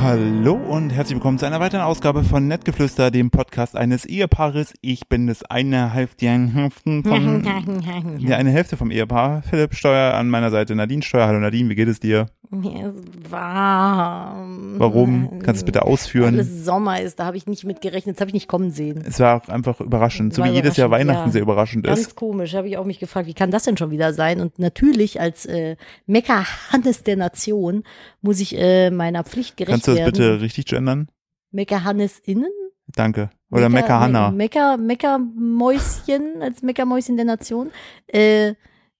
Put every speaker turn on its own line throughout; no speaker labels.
Hallo und herzlich willkommen zu einer weiteren Ausgabe von Nettgeflüster, dem Podcast eines Ehepaares. Ich bin das eine Hälfte,
Hm.
vom, ja, eine Hälfte vom Ehepaar. Philipp Steuer an meiner Seite, Nadine Steuer. Hallo Nadine, wie geht es dir?
Mir ist warm.
Warum? Kannst du es bitte
Weil
ausführen?
es Sommer ist, da habe ich nicht mit gerechnet, das habe ich nicht kommen sehen.
Es war auch einfach überraschend, so
War
wie jedes Jahr
überraschend,
Weihnachten
ja.
sehr überraschend
Ganz
ist.
komisch, habe ich auch mich gefragt, wie kann das denn schon wieder sein? Und natürlich als äh, Meckerhannes der Nation muss ich äh, meiner Pflicht gerecht
Kannst du das
werden.
bitte richtig gendern?
Meckerhannes innen?
Danke. Oder Mecca Hanna.
Mecker, Meckermäuschen, als Meckermäuschen der Nation. Äh,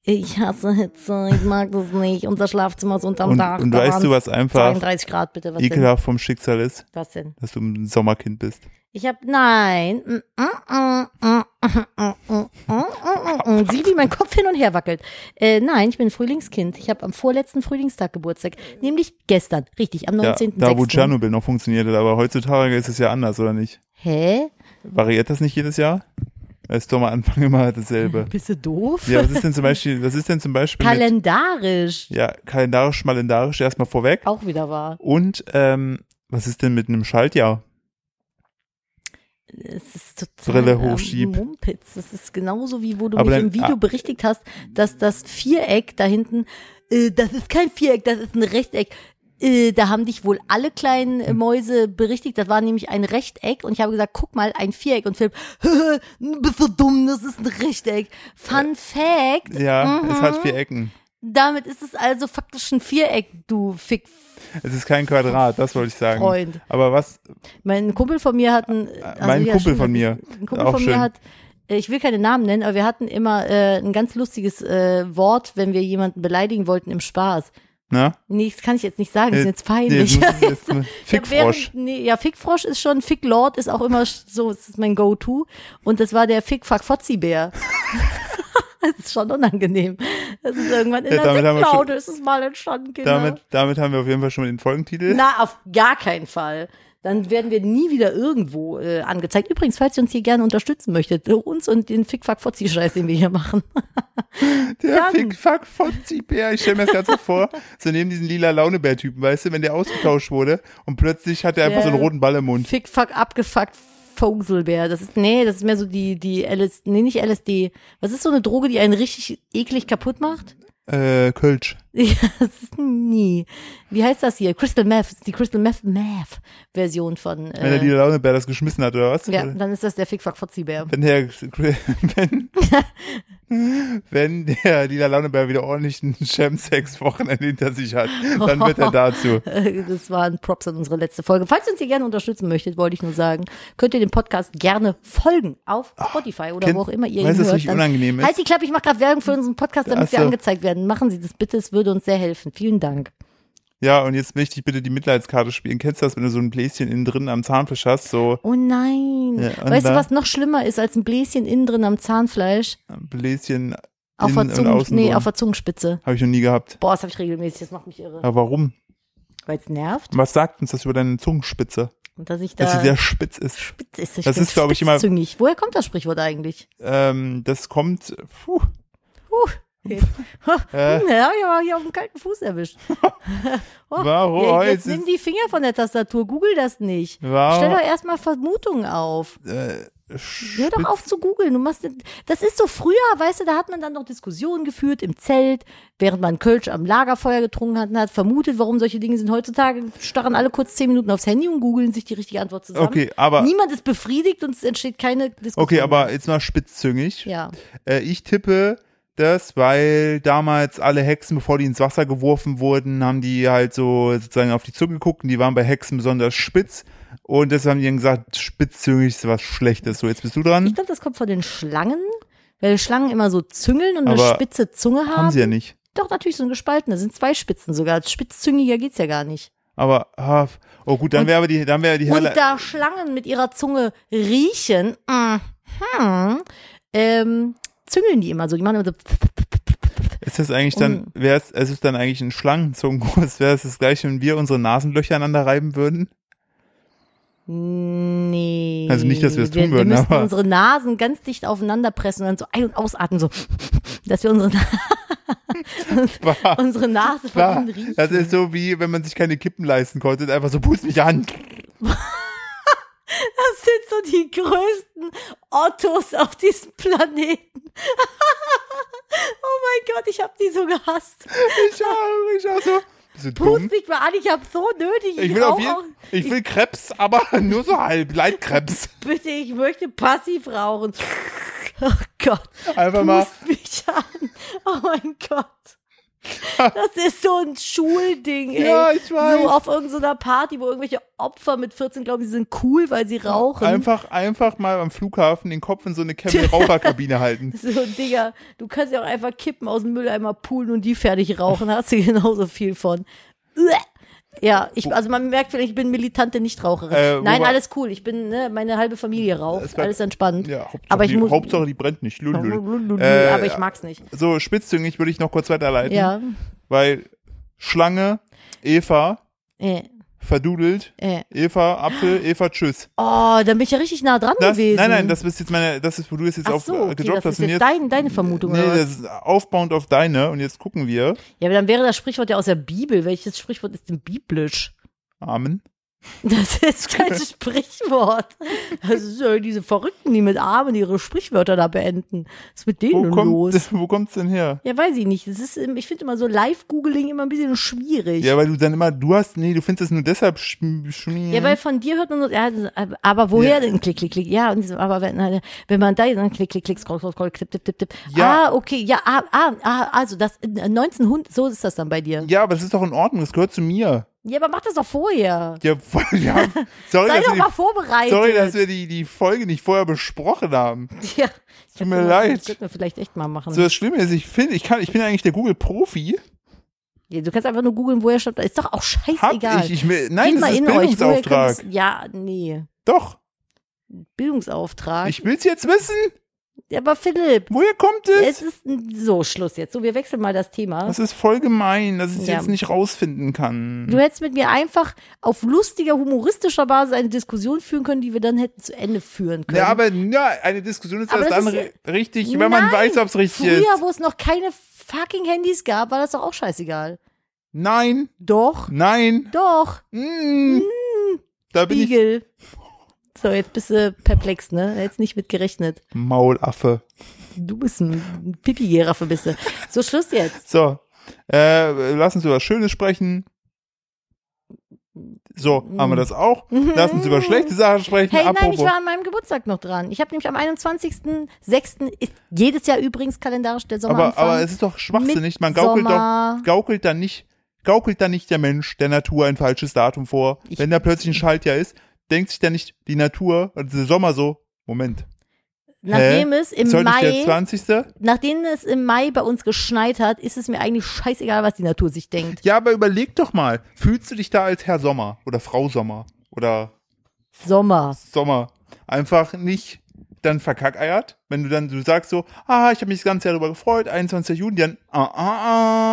ich hasse Hitze, ich mag das nicht. Unser Schlafzimmer ist unterm
Und,
Dach.
und
da
weißt du,
waren's
was einfach
32 Grad bitte, was denn?
ekelhaft vom Schicksal ist?
Was denn?
Dass du ein Sommerkind bist.
Ich habe nein. Mm, mm, mm, mm, mm, mm, mm, mm. Sieh, wie mein Kopf hin und her wackelt. Äh, nein, ich bin ein Frühlingskind. Ich habe am vorletzten Frühlingstag Geburtstag, nämlich gestern, richtig, am
Ja,
19.06.
da, wo Tschernobyl noch funktioniert hat, aber heutzutage ist es ja anders, oder nicht?
Hä?
Variiert das nicht jedes Jahr? Ist doch mal Anfang immer dasselbe.
Bist du doof?
Ja, was ist denn zum Beispiel, was ist denn zum Beispiel mit,
Kalendarisch.
ja, kalendarisch, malendarisch erstmal vorweg.
Auch wieder wahr.
Und ähm, was ist denn mit einem Schaltjahr?
Es ist total
Brille
ähm,
hochschieb.
Mumpitz. Das ist genauso wie wo du
Aber
mich
dann-
im Video
ah.
berichtigt hast, dass das Viereck da hinten, äh, das ist kein Viereck, das ist ein Rechteck. Äh, da haben dich wohl alle kleinen
Hm.
äh, Mäuse berichtigt. Das war nämlich ein Rechteck und ich habe gesagt, guck mal, ein Viereck. Und Philipp, bist du dumm, das ist ein Rechteck. Fun Fact,
Äh, Ja,
Mhm.
es hat vier Ecken.
damit ist es also faktisch ein Viereck, du Fick.
Es ist kein Quadrat, das wollte ich sagen.
Freund.
Aber was,
Mein Kumpel von mir hat ein. also
Äh, mein Kumpel
stimmt,
von
das
mir.
Ist, ein Kumpel
Auch
von
schön.
mir hat. äh, Ich will keine Namen nennen, aber wir hatten immer äh, ein ganz lustiges äh, Wort, wenn wir jemanden beleidigen wollten im Spaß.
ne?
Nee, das kann ich jetzt nicht sagen, das ist
Äh,
jetzt
Nee,
peinlich.
jetzt muss, jetzt, ne? Fickfrosch.
Ja, während, nee, ja, Fickfrosch ist schon, Ficklord ist auch immer sch- so, das ist mein Go-To. Und das war der Fick-Fuck-Fotzi-Bär. das ist schon unangenehm. Das ist irgendwann in
Ja, damit
der
haben wir schon-
Sicklaute ist es mal entstanden, genau. Kinder.
Damit, damit haben wir auf jeden Fall schon mal den Folgentitel.
Na, auf gar keinen Fall. Dann werden wir nie wieder irgendwo äh, angezeigt. Übrigens, falls ihr uns hier gerne unterstützen möchtet, äh, uns und den Fick-Fack-Fotzi-Scheiß, den wir hier machen.
Der
Dann.
Fick, fuck, Fotzi-Bär. Ich stelle mir das Ganze so vor, so neben diesen lila Launebär-Typen, weißt du, wenn der ausgetauscht wurde und plötzlich hat er einfach
Ja.
so einen roten Ball im Mund.
Fick-Fack, abgefuckt, Foselbär. Das ist, nee, das ist mehr so die, die LSD, nee, nicht LSD. Was ist so eine Droge, die einen richtig eklig kaputt macht?
Äh, Kölsch.
Ja, das ist nie. Wie heißt das hier? Crystal Meth, Das ist die Crystal Meth Meth Version von,
Wenn der
äh,
lila Launebär das geschmissen hat, oder was?
ja, dann ist das der Fick-Fack-Fotzi-Bär.
Wenn der, wenn, wenn der lila Launebär wieder ordentlich einen Chemsex-Wochenende hinter sich hat, dann wird er dazu.
Äh, Das waren Props an unsere letzte Folge. Falls ihr uns hier gerne unterstützen möchtet, wollte ich nur sagen, könnt ihr dem Podcast gerne folgen auf
Ah,
Spotify oder
kennt-
wo auch immer ihr
weißt du,
ihn
was
hört.
richtig unangenehm ist?
Halt die Klappe, ich mache gerade Werbung für unseren Podcast, damit
Ach
wir
so.
angezeigt werden. Machen Sie das bitte, es würde uns sehr helfen. Vielen Dank.
Ja, und jetzt möchte ich bitte die Mitleidskarte spielen. Kennst du das, wenn du so ein Bläschen innen drin am Zahnfleisch hast, so
Oh nein.
Ja, und
weißt du,
da-
was noch schlimmer ist als ein Bläschen innen drin am Zahnfleisch?
ein Bläschen
Auf
innen
der,
und
Zungen,
außen
nee,
drum?
auf der Zungenspitze.
Habe ich noch nie gehabt.
Boah, das habe ich regelmäßig, das macht mich irre.
Aber warum?
Weil es nervt
Was sagt uns das über deine Zungenspitze?
und dass ich da.
Dass sie sehr spitz ist.
spitz ist, ich
das
bin
ist, glaub ich, immer-
spitzzüngig. Woher kommt das Sprichwort eigentlich?
Ähm, das kommt, puh,
Huh. Jetzt.
Äh.
Hm, Ja, ich war hier auf dem kalten Fuß erwischt. Oh,
Warum?
ja,
Jetzt
jetzt nimm
ist-
die Finger von der Tastatur, google das nicht.
Warum?
Stell doch erstmal Vermutungen auf.
äh,
Hör doch auf zu googeln. Du machst, das ist so früher, weißt du, da hat man dann noch Diskussionen geführt im Zelt, während man Kölsch am Lagerfeuer getrunken hat und hat vermutet, warum solche Dinge sind. Heutzutage starren alle kurz zehn Minuten aufs Handy und googeln sich die richtige Antwort zusammen.
Okay, aber-
Niemand ist befriedigt und es entsteht keine Diskussion.
okay, aber jetzt mal spitzzüngig.
Genau. Ja.
Äh, ich tippe das, weil damals alle Hexen, bevor die ins Wasser geworfen wurden, haben die halt so sozusagen auf die Zunge geguckt und die waren bei Hexen besonders spitz. Und deshalb haben die dann gesagt, spitzzüngig ist was Schlechtes. So, jetzt bist du dran.
Ich glaube, das kommt von den Schlangen, weil Schlangen immer so züngeln und eine
Aber
spitze Zunge haben.
haben sie ja nicht.
Doch, natürlich so ein gespaltener, sind zwei Spitzen sogar. Spitzzüngiger geht's ja gar nicht.
Aber, ah, oh gut, dann wäre aber die, dann wäre die
Und
Herle
da Schlangen mit ihrer Zunge riechen, mhm, ähm, züngeln die immer so. Die machen immer so.
Ist das eigentlich dann, wäre es, es ist dann eigentlich ein Schlangenzungenkurs, wäre es das gleiche, wenn wir unsere Nasenlöcher aneinander reiben würden?
Nee.
Also nicht, dass wir es tun
wir,
würden,
Wir müssten
aber-
unsere Nasen ganz dicht aufeinander pressen und dann so ein- und ausatmen, so, dass wir unsere
War.
Unsere Nase von
Klar,
innen riecht.
das ist so wie, wenn man sich keine Kippen leisten konnte, einfach so, pust mich an.
Das sind so die größten Ottos auf diesem Planeten. oh mein Gott, ich habe die so gehasst.
Ich auch, ich auch so. Bist du dumm?
Pust mich mal an, ich habe so nötig.
Ich will,
rauch
auf jeden, ich will Krebs, aber nur so halb, Leitkrebs.
bitte, ich möchte passiv rauchen. Oh Gott.
Einfach mal,
Pust mich an. Oh mein Gott. Das ist so ein Schulding, ey.
Ja, ich weiß.
So auf irgendeiner Party, wo irgendwelche Opfer mit 14 glauben, sie sind cool, weil sie rauchen.
einfach, einfach mal am Flughafen den Kopf in so eine Kevin Raucherkabine halten.
So, Digga, du kannst ja auch einfach Kippen aus dem Mülleimer poolen und die fertig rauchen. Hast du genauso viel von. Uäh. Ja, ich, also man merkt vielleicht, ich bin militante Nichtraucherin.
Äh, wo
Nein,
war-
alles cool. Ich bin, ne, meine halbe Familie raucht.
Es war-
Alles entspannt.
Ja, Hauptsache,
aber ich
die,
muss.
Hauptsache, die brennt nicht. Lül, lül. Äh,
aber ich mag's nicht.
So, spitzzüngig würde ich noch kurz weiterleiten.
Ja.
Weil Schlange, Eva,
Äh,
verdudelt,
äh.
Eva, Apfel, Eva, tschüss.
Oh, dann bin ich ja richtig nah dran
Das,
gewesen.
nein, nein, das ist jetzt meine, das ist, wo du es jetzt
Ach
auf
so,
äh,
okay,
gedroppt
das
hast.
ist
Und
jetzt
jetzt,
dein, deine Vermutung
nee,
oder was?
das ist aufbauend auf deine und jetzt gucken wir.
Ja, aber dann wäre das Sprichwort ja aus der Bibel. Welches Sprichwort ist denn biblisch?
Amen.
Das ist kein Sprichwort. Das ist ja diese Verrückten, die mit Armen ihre Sprichwörter da beenden. Was ist mit denen
Wo
denn
kommt,
los?
wo kommt's denn her?
Ja, weiß ich nicht. Das ist, ähm, ich finde immer so Live-Googling immer ein bisschen schwierig.
Ja, weil du dann immer, du hast, nee, du findest es nur deshalb schm- schmieren.
Ja, weil von dir hört man so, ja, das- aber woher
Ja.
denn? Klick, klick, klick. Ja, und so, aber wenn, äh, wenn man da dann klick, klick, klick, scroll, scroll, scroll, tipp, tipp, tipp, tipp.
Ja.
Ah, okay, ja, ah, ah, ah, also das äh, 1900, so ist das dann bei dir.
ja, aber das ist doch in Ordnung, das gehört zu mir.
Ja, aber mach das doch vorher.
Ja, voll, ja. Sorry,
Sei
dass
doch
wir
mal
die,
vorbereitet.
sorry, dass wir die, die Folge nicht vorher besprochen haben.
ja.
Tut mir
Das
leid.
könnten wir vielleicht echt mal machen.
So, das Schlimme ist, ich finde, ich kann, ich bin eigentlich der Google-Profi.
Ja, du kannst einfach nur googeln, woher stammt. Ist doch auch
Hab
scheißegal.
ich, ich, mir- nein,
Geht
das
mal
ist
in euch. woher könnt
Bildungsauftrag.
ihr's- Ja, nee.
Doch,
Bildungsauftrag.
ich will's jetzt wissen.
Ja, aber Philipp,
Woher kommt
es
es?
ist so Schluss jetzt. So, wir wechseln mal das Thema.
Das ist voll gemein, dass ich es
Ja.
jetzt nicht rausfinden kann.
Du hättest mit mir einfach auf lustiger, humoristischer Basis eine Diskussion führen können, die wir dann hätten zu Ende führen können.
ja, aber ja, eine Diskussion ist
Aber
erst
das
dann
ist
ri- richtig, wenn man
Nein,
weiß, ob's richtig
Früher,
ist.
wo es noch keine fucking Handys gab, war das doch auch scheißegal.
Nein,
Doch,
nein.
doch,
Mm. Da bin ich
Mmh. Spiegel. So, jetzt bist du perplex, ne? Jetzt nicht mit gerechnet.
Maulaffe.
Du bist ein Pipi-Giraffe, bist du. So, Schluss jetzt.
So, äh, lass uns über was Schönes sprechen. So, haben wir das auch. Lass uns über schlechte Sachen sprechen.
Mmh. Hey, nein,
Apropos.
ich war an meinem Geburtstag noch dran. Ich habe nämlich am 21.06. ist jedes Jahr übrigens kalendarisch der
aber,
Sommeranfang.
aber es ist doch schwachsinnig. Man gaukelt
Sommer.
doch, gaukelt dann nicht, gaukelt dann nicht der Mensch der Natur ein falsches Datum vor.
Ich-
Wenn da plötzlich ein Schaltjahr ist, denkt sich dann nicht die Natur, also der Sommer so, Moment.
nachdem es im
ist heute nicht der
Mai,
20.
nachdem es im Mai bei uns geschneit hat, ist es mir eigentlich scheißegal, was die Natur sich denkt.
Ja, aber überleg doch mal, fühlst du dich da als Herr Sommer oder Frau Sommer oder
Sommer.
Sommer einfach nicht dann verkackeiert, wenn du dann, du sagst so, ah, ich habe mich das ganze Jahr darüber gefreut, 21. Juni, dann, ah, ah,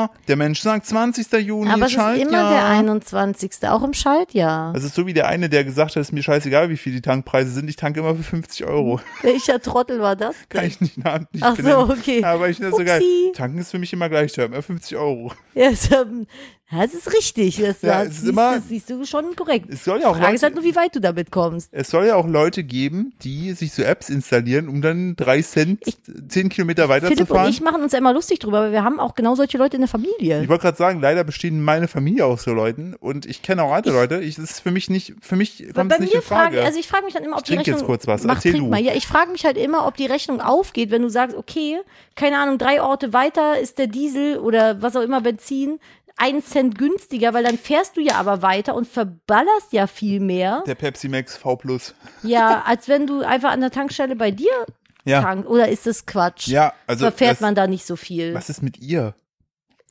ah, der Mensch sagt 20. Juni,
aber es ist
Schaltjahr.
immer der 21. auch im Schaltjahr.
Das ist so wie der eine, der gesagt hat, ist mir scheißegal, wie viel die Tankpreise sind, ich tanke immer für 50 Euro.
Welcher Trottel war das?
Kann ich nicht, nicht
Ach so,
benennen.
okay.
Aber ich finde das so
Upsi.
geil. Tanken ist für mich immer gleich teuer, immer 50 Euro.
Ja, es, ähm, das ist richtig. Das,
Ja,
das,
es ist
siehst,
immer-
das siehst du schon korrekt.
Es soll ja auch
Frage ist halt
Leute,
nur, wie weit du damit kommst.
es soll ja auch Leute geben, die sich so Apps installieren, um dann 3 Cent 10 Kilometer weiter zu
Philipp und
fahren.
ich machen uns ja immer lustig drüber, aber wir haben auch genau solche Leute in der Familie.
Ich wollte gerade sagen, leider bestehen meine Familie aus so Leuten und ich kenne auch andere Leute. Ich, das ist für mich nicht, für mich
Weil
kommt es
bei
nicht
mir
in Frage.
frage, also ich frage mich dann immer, ob die
trinke
Rechnung
jetzt kurz was.
Mach,
Erzähl
trink
du.
mal. Ja, ich frage mich halt immer, ob die Rechnung aufgeht, wenn du sagst, okay, keine Ahnung, drei Orte weiter ist der Diesel oder was auch immer Benzin einen Cent günstiger, weil dann fährst du ja aber weiter und verballerst ja viel mehr,
der Pepsi Max V Plus.
ja, als wenn du einfach an der Tankstelle bei dir
Ja.
tank. Oder ist das Quatsch?
Ja, also.
Verfährt
das,
man da nicht so viel?
Was ist mit ihr?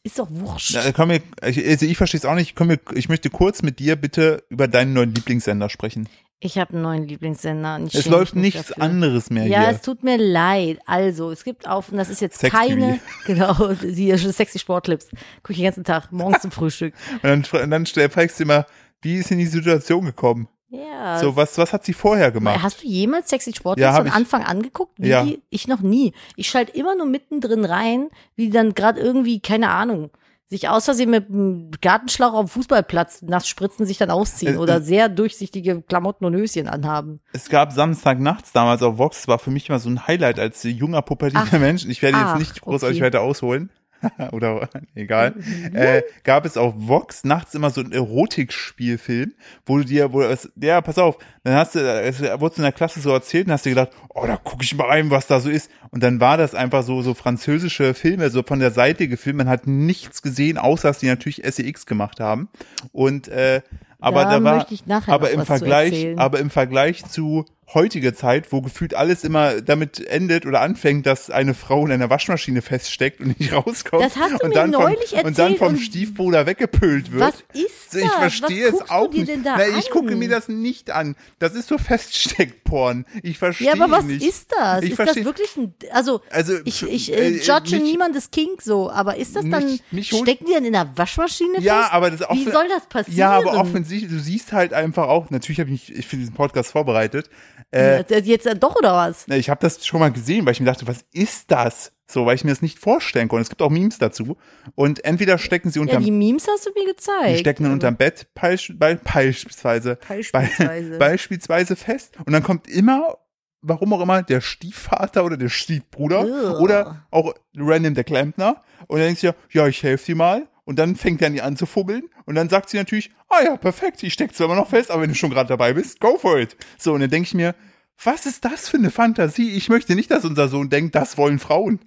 Ist doch wurscht.
Na, komm, wir- ich- also ich verstehe es auch nicht. Komm, wir- ich möchte kurz mit dir bitte über deinen neuen Lieblingssender sprechen.
Ich habe einen neuen Lieblingssender. und ich
Es
schäme mich
läuft
nicht
nichts
dafür.
anderes mehr
Ja,
hier.
es tut mir leid. Also, es gibt auf, und das ist jetzt
Sex
keine, genau, die sexy Sportclips. Guck ich den ganzen Tag, morgens zum Frühstück.
Und dann, fra- und dann fragst du immer, wie ist in die Situation gekommen?
Ja.
So, was, was hat sie vorher gemacht?
Hast du jemals Sexy Sportlust
Ja, hab
von
ich.
Anfang angeguckt? Wie
Ja.
die? Ich noch nie. Ich schalte immer nur mittendrin rein, wie die dann gerade irgendwie, keine Ahnung, sich aus Versehen mit einem Gartenschlauch auf dem Fußballplatz nass spritzen, sich dann ausziehen
Äh,
oder
äh.
sehr durchsichtige Klamotten und Höschen anhaben.
Es gab Samstagnachts damals auf Vox, das war für mich immer so ein Highlight als junger pubertierender
Ach,
Mensch. Ich werde
ach,
jetzt nicht großartig
okay. Mhm.
weiter ausholen. Oder egal. Äh, gab es auf Vox nachts immer so einen Erotikspielfilm, wo du dir, wo es, ja, pass auf, dann hast du, es wurde in der Klasse so erzählt und hast dir gedacht, oh, da gucke ich mal rein, was da so ist. Und dann war das einfach so, so französische Filme, so von der Seite gefilmt. Man hat nichts gesehen, außer dass die natürlich SEX gemacht haben. Und, äh, aber
Da
da, war,
möchte ich nachher noch
aber im
was zu
Vergleich,
erzählen.
aber im Vergleich zu heutiger Zeit, wo gefühlt alles immer damit endet oder anfängt, dass eine Frau in einer Waschmaschine feststeckt und nicht rauskommt.
Das hast du
und
mir
dann vom,
neulich
Und dann
erzählt
vom
und-
Stiefbruder weggepölt wird.
Was ist das?
ich verstehe
was
es
guckst
auch
du dir
nicht.
Denn da
Na, ich
an?
gucke mir das nicht an. Das ist so Feststeckporn. Ich verstehe
Ja, aber was
nicht.
ist das?
Ich
ist das
verstehe-
wirklich ein, also,
Also,
ich,
pf-
ich
äh,
äh, judge
mich-
niemandes Kink so, aber ist das dann,
mich- mich holt-
stecken die dann in der Waschmaschine
Ja,
fest?
aber das
Wie
offen-
soll das passieren?
Ja, aber offensichtlich, du siehst halt einfach auch, natürlich habe ich mich, ich für diesen Podcast vorbereitet. Äh,
Ja, Jetzt dann doch oder was?
Na, Ich habe das schon mal gesehen, weil ich mir dachte, was ist das? So, weil ich mir das nicht vorstellen konnte. Es gibt auch Memes dazu. Und entweder stecken sie
Ja,
unterm,
die Memes hast du mir
die
gezeigt.
stecken dann unterm Bett beisch- bei- beispielsweise,
Beispielsweise.
bei- beispielsweise fest. Und dann kommt immer, warum auch immer, der Stiefvater oder der Stiefbruder
Ugh.
oder auch random der Klempner. Und dann denkst du ja, ja, ich helfe dir mal. Und dann fängt er an, die an zu fummeln. Und dann sagt sie natürlich, ah ja, perfekt, ich steck zwar immer noch fest, aber wenn du schon gerade dabei bist, go for it. So, und dann denke ich mir, was ist das für eine Fantasie? Ich möchte nicht, dass unser Sohn denkt, das wollen Frauen.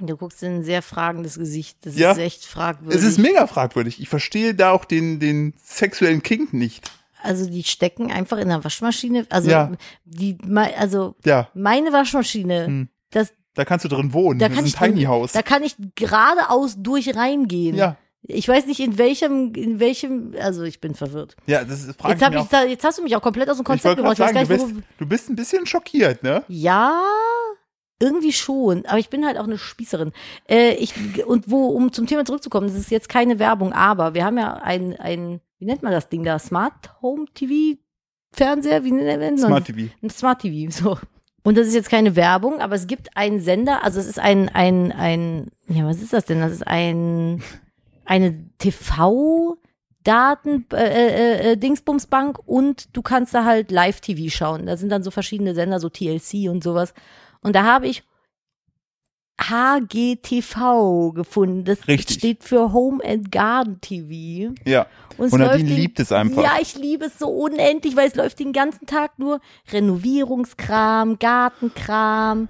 Du guckst in ein sehr fragendes Gesicht. Das
Ja.
ist echt fragwürdig.
Es ist mega fragwürdig. Ich verstehe da auch den, den sexuellen Kink nicht.
also die stecken einfach in der Waschmaschine. Also
Ja.
die, me- also
Ja,
meine Waschmaschine,
Hm.
das,
da kannst du drin wohnen.
da
das
kann
ist
ich
ein Tiny House.
da kann ich geradeaus durch reingehen.
Ja,
Ich weiß nicht in welchem, in welchem, also ich bin verwirrt.
ja, das ist frag
Jetzt,
ich
hab
mich
ich
auch.
da, jetzt hast du mich auch komplett aus dem
Ich wollte
Konzept
gerade
gebracht. Ich
sagen,
weiß gar
du
nicht,
bist,
wo,
du bist ein bisschen schockiert, ne?
Ja, irgendwie schon. Aber ich bin halt auch eine Spießerin. Äh, ich, und wo, um zum Thema zurückzukommen, das ist jetzt keine Werbung, aber wir haben ja ein, ein wie nennt man das Ding da? Smart Home TV Fernseher? Wie nennt man das?
Smart TV.
ein Smart TV, so. Und das ist jetzt keine Werbung, aber es gibt einen Sender, also es ist ein, ein, ein, ja, was ist das denn? Das ist ein, eine TV, Daten, äh, äh, äh, Dingsbumsbank und du kannst da halt Live-TV schauen. Da sind dann so verschiedene Sender, so TLC und sowas. Und da habe ich HGTV gefunden. Das
Richtig.
steht für Home and Garden TV.
Ja.
Und, es
Und Nadine
läuft den-
liebt es einfach.
Ja, ich liebe es so unendlich, weil es läuft den ganzen Tag nur Renovierungskram, Gartenkram,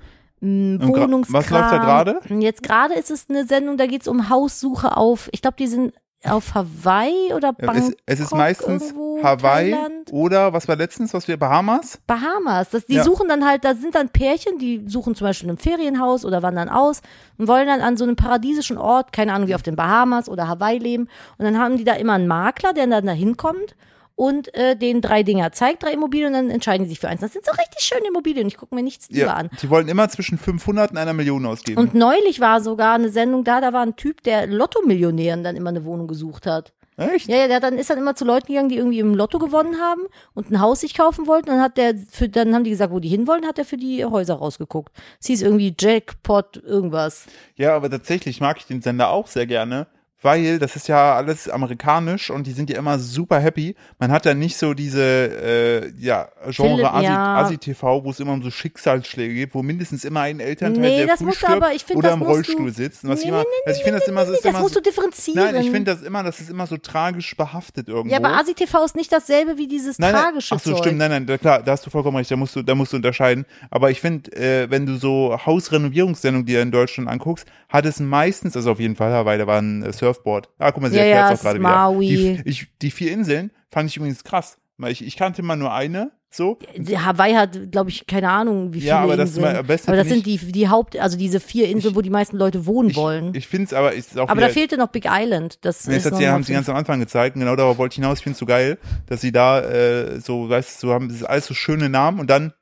Und
mh,
gra-
Wohnungskram.
was läuft da gerade?
Und Jetzt gerade ist es eine Sendung, da geht's um Haussuche auf, ich glaube, die sind auf Hawaii oder
Ja,
Bangkok
Es, es ist meistens
irgendwo,
Hawaii
Thailand.
oder was war letztens, was wir Bahamas?
Bahamas. Das, die
Ja.
suchen dann halt, da sind dann Pärchen, die suchen zum Beispiel ein Ferienhaus oder wandern aus und wollen dann an so einem paradiesischen Ort, keine Ahnung, wie auf den Bahamas oder Hawaii leben. Und dann haben die da immer einen Makler, der dann da hinkommt und äh, den drei Dinger zeigt, drei Immobilien, und dann entscheiden die sich für eins. Das sind so richtig schöne Immobilien. Ich gucke mir nichts lieber
Ja.
an.
Die wollen immer zwischen 500 und einer Million ausgeben.
Und neulich war sogar eine Sendung da, da war ein Typ, der Lotto-Millionären dann immer eine Wohnung gesucht hat.
Echt?
Ja, ja, der hat dann ist dann immer zu Leuten gegangen, die irgendwie im Lotto gewonnen haben und ein Haus sich kaufen wollten. Dann hat der für, dann haben die gesagt, wo die hinwollen, hat er für die Häuser rausgeguckt. Es hieß irgendwie Jackpot irgendwas.
Ja, aber tatsächlich mag ich den Sender auch sehr gerne, weil das ist ja alles amerikanisch und die sind ja immer super happy. Man hat da nicht so diese äh, ja,
Philipp,
Genre Asi,
ja.
Asi TV, wo es immer um so Schicksalsschläge geht, wo mindestens immer ein Elternteil
Nee,
sehr
das
früh
musst du
stirbt
aber- ich find,
oder
das
im
musst
Rollstuhl
du-
sitzt. Und das
Nee,
nee, immer,
nee,
also ich finde das immer,
Nee,
das ist
das
immer
musst
so,
du differenzieren.
Nein, ich finde das immer, das ist immer so tragisch behaftet irgendwo.
ja, aber Asi TV ist nicht dasselbe wie dieses
Nein, nein,
tragische
ach so,
Zeug.
stimmt, nein, nein, da, klar, da hast du vollkommen recht, da musst du, da musst du unterscheiden. Aber ich finde, äh, wenn du so Hausrenovierungssendungen dir in Deutschland anguckst, hat es meistens, also auf jeden Fall Hawaii, da war ein äh, Surfboard. Ah, guck mal, sie
Ja,
erklärt
ja,
auch
es
gerade
ist
wieder.
Maui.
Die, ich, die vier Inseln fand ich übrigens krass. Weil Ich, ich kannte immer nur eine, so.
Hawaii hat, glaube ich, keine Ahnung, wie viele
Ja, aber das ist
Inseln.
mal- am besten
aber das
find
sind die, die Haupt, also diese vier Inseln, wo die meisten Leute wohnen
Ich,
wollen.
ich finde es aber, ist auch
aber
wieder,
da fehlte noch Big Island. Das
Nee,
ist
Das hat
noch
sie,
mal
haben sie
fünf-
ganz am Anfang gezeigt, und genau darauf wollte ich hinaus. Ich finde es so geil, dass sie da äh, so, weißt du, so haben das ist alles so schöne Namen und dann,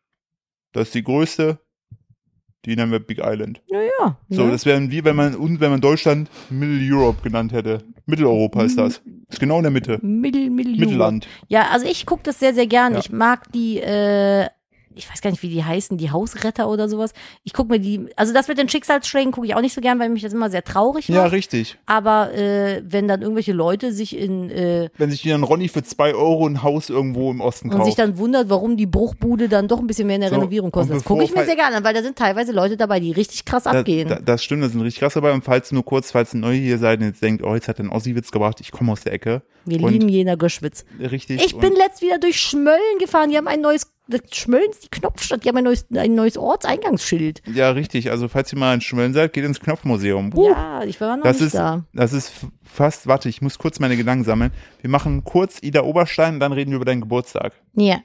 das ist die größte, die nennen wir Big Island.
ja,
So,
ne? Mhm.
das wären wie, wenn man, und wenn man Deutschland Middle Europe genannt hätte. Mitteleuropa ist das. Ist genau in der Mitte.
Mittel, Mittel,
Mittelland.
Ja, also ich gucke das sehr, sehr gern.
Ja.
Ich mag die, äh, ich weiß gar nicht, wie die heißen, die Hausretter oder sowas. Ich gucke mir die, also das mit den Schicksalsschlägen gucke ich auch nicht so gern, weil mich das immer sehr traurig
Ja,
macht.
richtig.
Aber äh, wenn dann irgendwelche Leute sich in äh,
Wenn sich dann Ronny für zwei Euro ein Haus irgendwo im Osten
und sich
kauft.
dann wundert, warum die Bruchbude dann doch ein bisschen mehr in der
So,
Renovierung kostet,
und
das gucke ich mir
bevor-
sehr gerne an, weil da sind teilweise Leute dabei, die richtig krass
Da,
abgehen.
da, das stimmt, das sind richtig krass dabei. Und falls nur kurz, falls ihr neu hier seid und jetzt denkt, oh, jetzt hat er einen Ossi-Witz gebracht, ich komme aus der Ecke.
Wir
und
lieben Jena Göschwitz.
Richtig.
Ich bin letzt wieder durch Schmölln gefahren. Die haben ein neues, das Schmölln ist die Knopfstadt. Die haben ein neues, ein neues Ortseingangsschild.
und, ja, richtig. Also, falls ihr mal in Schmölln seid, geht ins Knopfmuseum. Huh.
Ja, ich war noch
Das
nicht
ist,
da.
das ist f- fast, warte, ich muss kurz meine Gedanken sammeln. Wir machen kurz Ida Oberstein, dann reden wir über deinen Geburtstag.
Ja.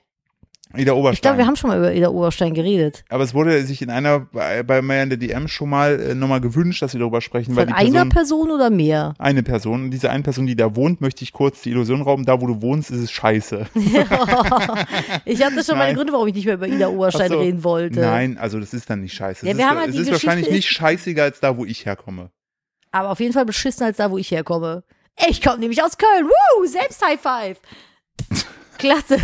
Ida Oberstein.
Ich glaube, wir haben schon mal über Ida Oberstein geredet.
Aber es wurde sich in einer, bei, bei mir in der DM schon mal äh, nochmal gewünscht, dass wir darüber sprechen, weil
Von
die
einer
Person,
Person oder mehr?
eine Person, und diese eine Person, die da wohnt, möchte ich kurz die Illusion rauben, da wo du wohnst, ist es scheiße.
Ich hatte schon meine
Nein.
Gründe, warum ich nicht mehr über Ida Oberstein
Ach so.
reden wollte.
Nein, also das ist dann nicht scheiße.
Ja,
es
wir
ist,
haben halt
es
die
ist wahrscheinlich
Geschichte
nicht scheißiger als da, wo ich herkomme.
Aber auf jeden Fall beschissener als da, wo ich herkomme. Ich komme nämlich aus Köln. Woo, selbst High Five. Klasse.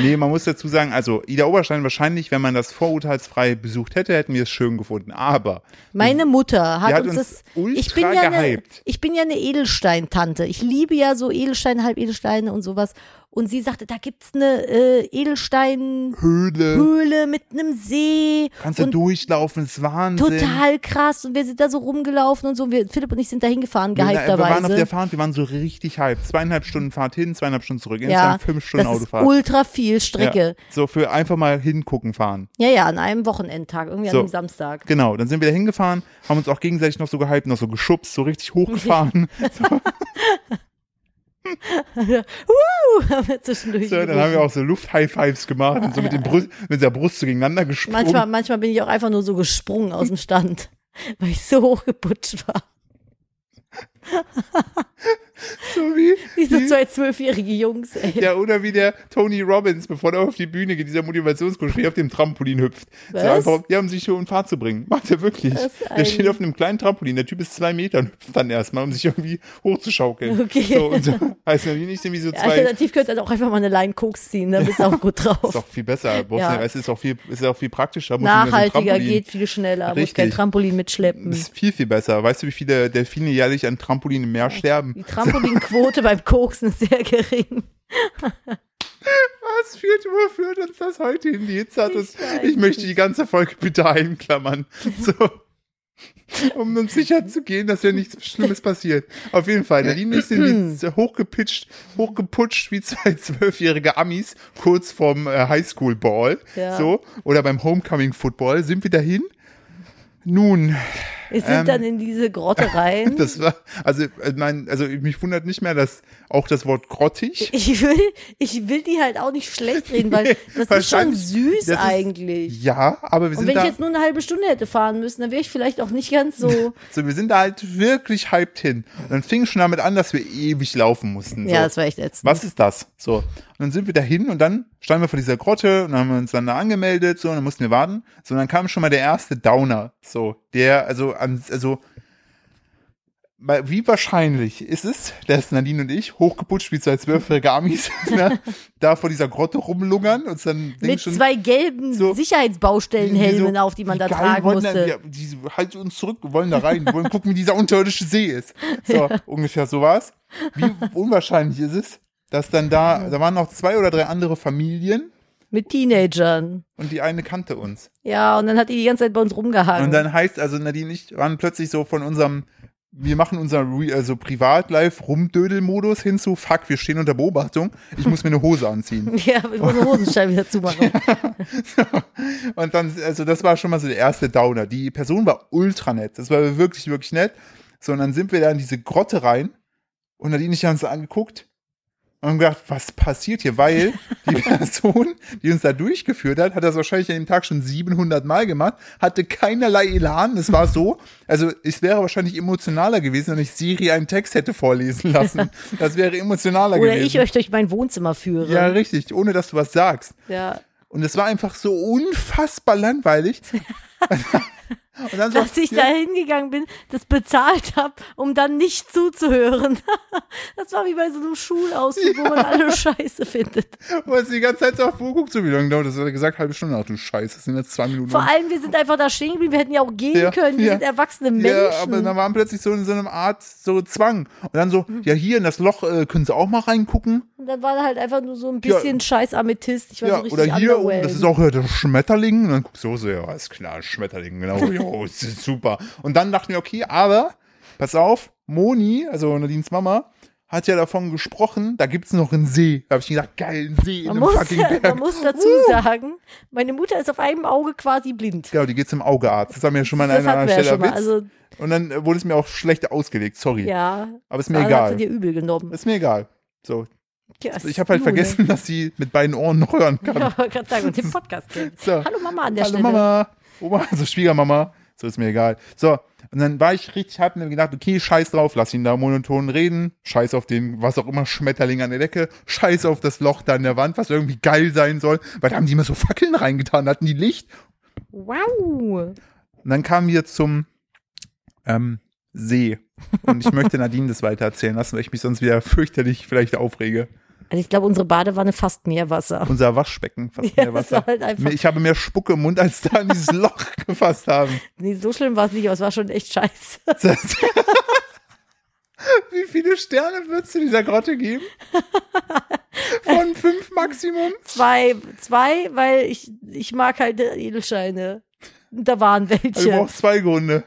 Nee, man muss dazu sagen, also Ida Oberstein wahrscheinlich, wenn man das vorurteilsfrei besucht hätte, hätten wir es schön gefunden. Aber
Meine Mutter hat,
Die hat
uns,
uns
das.
ultra
ich bin ja eine,
gehypt.
ich bin ja eine Edelsteintante. Ich liebe ja so Edelsteine, Halbedelsteine und sowas. Und sie sagte, da gibt's eine äh, Edelsteinhöhle
Höhle,
mit einem See
kannst du
und
durchlaufen, ist Wahnsinn.
total krass. Und wir sind da so rumgelaufen und so. Und wir, Philipp und ich sind da hingefahren,
Wir, wir waren auf der
gehypterweise.
Fahrt, wir waren so richtig hyped. Zweieinhalb Stunden Fahrt hin, zweieinhalb Stunden zurück.
Ja,
Insgesamt fünf Stunden
das ist
Autofahrt.
ultra viel Strecke.
Ja, so für einfach mal hingucken fahren.
Ja, ja, an einem Wochenendtag, irgendwie
So.
an einem Samstag.
Genau, dann sind wir da hingefahren, haben uns auch gegenseitig noch so gehypt, noch so geschubst, so richtig hochgefahren.
Woo, haben wir zwischendurch.
so, dann haben wir auch so Luft-High-Fives gemacht und so mit, dem Brust, mit der Brust so gegeneinander gesprungen.
manchmal, manchmal bin ich auch einfach nur so gesprungen aus dem Stand, weil ich so hochgeputscht war.
so wie,
Wie so
wie-
zwei zwölfjährige Jungs, ey.
Hm? ja, oder wie der Tony Robbins, bevor er auf die Bühne geht, dieser Motivationscoach, auf dem Trampolin hüpft.
Was?
So einfach, ja, um sich hier in Fahrt zu bringen. Macht er wirklich.
Das ist
Der steht
ein-
auf einem kleinen Trampolin, der Typ ist zwei Meter und hüpft dann erstmal, um sich irgendwie hochzuschaukeln.
Okay. also
So, und so, heißt natürlich nicht irgendwie so zwei,
Alternativ könnte er auch einfach mal eine Line Koks ziehen, dann bist du auch gut drauf.
Ist auch viel besser. Brauchst
Ja.
nicht- Es ist auch viel, es ist auch viel praktischer. Muss nicht mehr so ein
Nachhaltiger,
Trampolin.
geht viel schneller, muss kein
Richtig.
Trampolin mitschleppen.
Das ist viel, viel besser. Weißt du, wie viele Delfine jährlich an Trampolinen im Meer
Die
sterben?
Trampolinquote beim Koksen ist sehr gering.
Was führt, wo führt uns das heute hin? Die Hitze hat
Ich
uns,
weiß
ich möchte die ganze Folge bitte einklammern. So. Um uns sicher zu gehen, dass ja nichts Schlimmes passiert. Auf jeden Fall, der Linie ist in die- hochgepitcht, hochgeputscht wie zwei zwölfjährige Amis kurz vorm äh, Highschool-Ball.
Ja.
So. Oder beim Homecoming-Football. Sind wir dahin? Nun,
Wir sind dann in diese Grotte rein.
Ähm, Das war, also, äh, nein, also mich wundert nicht mehr, dass auch das Wort grottig.
Ich will, ich will die halt auch nicht schlecht reden, weil das ist schon
wahrscheinlich-
süß
das ist-
eigentlich.
Ja, aber wir
Und
sind
wenn ich
da,
jetzt nur eine halbe Stunde hätte fahren müssen, dann wäre ich vielleicht auch nicht ganz so.
so, wir sind da halt wirklich hyped hin. Und dann fing es schon damit an, dass wir ewig laufen mussten. So.
Ja, das war echt ätzend.
was ist das? So. Und dann sind wir dahin und dann standen wir vor dieser Grotte und haben uns dann da angemeldet, so, und dann mussten wir warten. So, und dann kam schon mal der erste Downer. So, der, also, an, also, weil- wie wahrscheinlich ist es, dass Nadine und ich, hochgeputscht wie zwei zwölfjährige Amis, ne, da vor dieser Grotte rumlungern und dann
Mit
schon,
zwei gelben
so-
Sicherheitsbaustellenhelmen auf, die man
wie
da
geil,
tragen
wollen Da,
musste.
wir, die halten uns zurück, wir wollen da rein, wir wollen gucken, wie dieser unterirdische See ist. So, ungefähr so war's. Wie unwahrscheinlich ist es, dass dann da, da waren noch zwei oder drei andere Familien
Mit Teenagern.
und die eine kannte uns.
Ja, und dann hat die die ganze Zeit bei uns rumgehangen.
Und dann heißt also, Nadine und ich waren plötzlich so von unserem, wir machen unser Re- also Privat-Live-Rumdödel-Modus hin zu, fuck, wir stehen unter Beobachtung, ich muss mir eine Hose anziehen.
ja, ich muss eine Hosenscheibe dazu machen.
Und dann, also das war schon mal so der erste Downer. Die Person war ultra nett. Das war wirklich, wirklich nett. So, und dann sind wir da in diese Grotte rein und Nadine und ich haben uns angeguckt und haben gedacht, was passiert hier? Weil die Person, die uns da durchgeführt hat, hat das wahrscheinlich an dem Tag schon 700 Mal gemacht, hatte keinerlei Elan. Es war so, also es wäre wahrscheinlich emotionaler gewesen, wenn ich Siri einen Text hätte vorlesen lassen. Das wäre emotionaler
Oder ich
gewesen.
euch durch mein Wohnzimmer führe.
ja, richtig, ohne dass du was sagst.
ja.
Und es war einfach so unfassbar langweilig. Und dann
dass ich
sagt-
da hingegangen bin, das bezahlt habe, um dann nicht zuzuhören. Das war wie bei so einem Schulausflug, wo man alle Scheiße findet.
Du hast die ganze Zeit so auf Uhr guckt, so wie lange dauert das? Hat er gesagt, halbe Stunde. Ach du Scheiße, das sind jetzt zwei Minuten.
Vor allem, wir sind einfach da stehen geblieben, wir hätten ja auch gehen
Ja,
können, wir
ja.
sind erwachsene
um. ja,
Menschen. Mhm.
aber dann waren plötzlich so in so einem Art so Zwang. Und dann so, ja, hier in das Loch äh, können sie auch mal reingucken.
Und dann war da halt einfach nur so ein bisschen scheiß Amethyst. Ich war
Ja,
so richtig
oder hier oben,
underwhelmed.
das ist auch ja, der Schmetterling. Und dann guckst du so, ja, ist klar, Schmetterling, genau. jo, ist super. Und dann dachten wir, okay, aber, pass auf, Moni, also Nadines Mama, hat ja davon gesprochen, da gibt's noch einen See. Da habe ich gedacht, geil, einen See in
man,
einem
muss,
fucking Berg.
man muss dazu sagen, meine Mutter ist auf einem Auge quasi blind.
Genau, die geht zum Augearzt. Das haben wir schon mal an
das
einer
hatten
anderen
wir ja
Stelle
schon mal.
erwitzt.
Also,
Und dann äh, wurde es mir auch schlecht ausgelegt, sorry.
ja.
Aber ist mir
Also hat sie
egal.
dir übel genommen.
Ist mir egal. So,
Ja,
ich habe halt
Lune.
vergessen, dass sie mit beiden Ohren noch hören kann.
Ja, gerade sagen, und den Podcast. hören.
So.
Hallo Mama an der
Hallo
Stelle.
Mama, Oma, also Schwiegermama, so ist mir egal. So, und dann war ich richtig, hab mir gedacht, okay, scheiß drauf, lass ihn da monoton reden, scheiß auf den, was auch immer, Schmetterling an der Decke, scheiß auf das Loch da an der Wand, was irgendwie geil sein soll, weil da haben die immer so Fackeln reingetan, hatten die Licht.
Wow.
Und dann kamen wir zum ähm, See. Und ich möchte Nadine das weiter erzählen lassen, weil ich mich sonst wieder fürchterlich vielleicht aufrege.
Also ich glaube, unsere Badewanne fasst mehr Wasser.
Unser Waschbecken fast
Ja,
mehr
das
Wasser.
war halt einfach-
ich habe mehr Spucke im Mund, als da in dieses Loch gefasst haben.
Nee, so schlimm war es nicht, aber es war schon echt scheiße.
Das- Wie viele Sterne würdest du dieser Grotte geben? Von fünf Maximum?
Zwei, zwei, weil ich, ich mag halt Edelsteine. Und Da waren
Also du
welche.
brauchst zwei Gründe.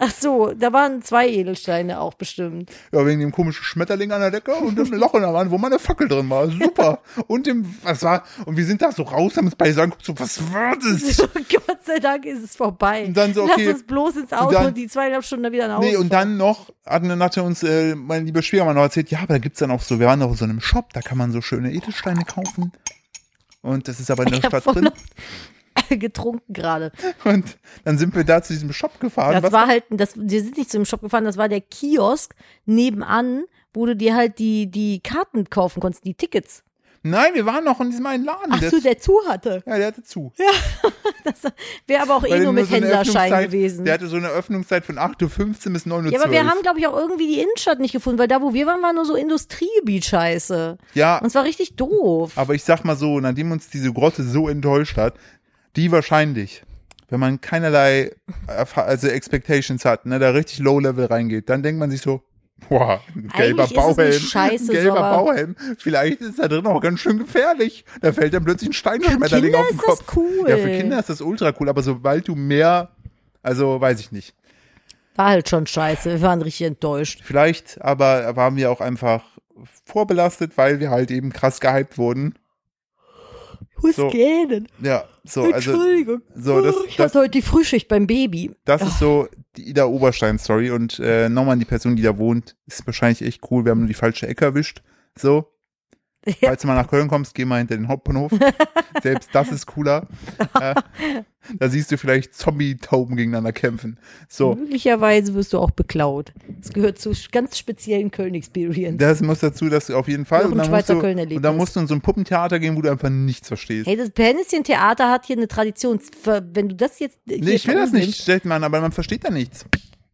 Ach so, da waren zwei Edelsteine auch bestimmt.
Ja, wegen dem komischen Schmetterling an der Decke und dem Loch in der Wand, wo mal eine Fackel drin war. Super. Und dem, was war, und wir sind da so raus, haben uns beide angeguckt, so, was war das?
Gott sei Dank ist es vorbei.
Und dann so, okay.
Lass uns bloß ins Auto und,
dann-
die zweieinhalb Stunden dann wieder nach Hause.
Nee, und dann noch, hat eine Natte uns, äh, mein lieber Schwiegermann noch erzählt, ja, aber da gibt's dann auch so, wir waren doch in so einem Shop, da kann man so schöne Edelsteine kaufen. Und das ist aber in der
ich habe
Stadt drin.
vorhin getrunken gerade.
Und dann sind wir da zu diesem Shop gefahren.
Das
was
war halt, das, wir sind nicht zu dem Shop gefahren, das war der Kiosk nebenan, wo du dir halt die, die Karten kaufen konntest, die Tickets.
Nein, wir waren noch in diesem einen Laden.
Ach
der
so,
ist-
der zu hatte.
ja, der hatte zu.
Wäre aber auch eh
Weil der
nur mit
so eine
Händlerschein
Öffnungszeit-
gewesen.
Der
Ja,
hatte so eine Öffnungszeit von 8.15 Uhr bis 9.12 Uhr.
aber wir haben, glaube ich, auch irgendwie die Innenstadt nicht gefunden, weil da, wo wir waren, war nur so Industriegebiet-Scheiße.
Ja,
Und es war richtig doof.
aber ich sag mal so, nachdem uns diese Grotte so enttäuscht hat, die wahrscheinlich, wenn man keinerlei Erf- also Expectations hat, ne, da richtig Low-Level reingeht, dann denkt man sich so, boah, ein gelber
Eigentlich ist es nicht
Bauhelm,
scheiße,
ein gelber
so, aber-
Bauhelm, vielleicht ist da drin auch ganz schön gefährlich. Da fällt dann plötzlich ein Steinschmetterling
Kinder
auf den
ist das
Kopf.
cool.
Ja, für Kinder ist das ultra cool, aber sobald du mehr, also weiß ich nicht.
War halt schon scheiße. Wir waren richtig enttäuscht.
Vielleicht aber waren wir auch einfach vorbelastet, weil wir halt eben krass gehypt wurden.
Muss
So.
gehen.
Ja, so, also
Entschuldigung.
so, das-
ich
das-
hatte heute die Frühschicht beim Baby.
das ist
Oh.
so die Ida Oberstein-Story. Und äh, nochmal die Person, die da wohnt, ist wahrscheinlich echt cool. Wir haben nur die falsche Ecke erwischt. So,
Ja.
falls du mal nach Köln kommst, geh mal hinter den Hauptbahnhof. Selbst das ist cooler. äh, da siehst du vielleicht Zombie-Tauben gegeneinander kämpfen. So.
Möglicherweise wirst du auch beklaut. Das gehört zu sch- ganz speziellen Köln-Experience.
Das muss dazu, dass du auf jeden Fall.
Noch ein
Und dann, musst
Schweizer
du,
Kölner-Erlebnis.
und dann musst du in so ein Puppentheater gehen, wo du einfach nichts verstehst.
Hey, das Pennisschen-Theater hat hier eine Tradition. Ver- Wenn du das jetzt.
nee, ich will das nicht, stellt man, aber man versteht da nichts.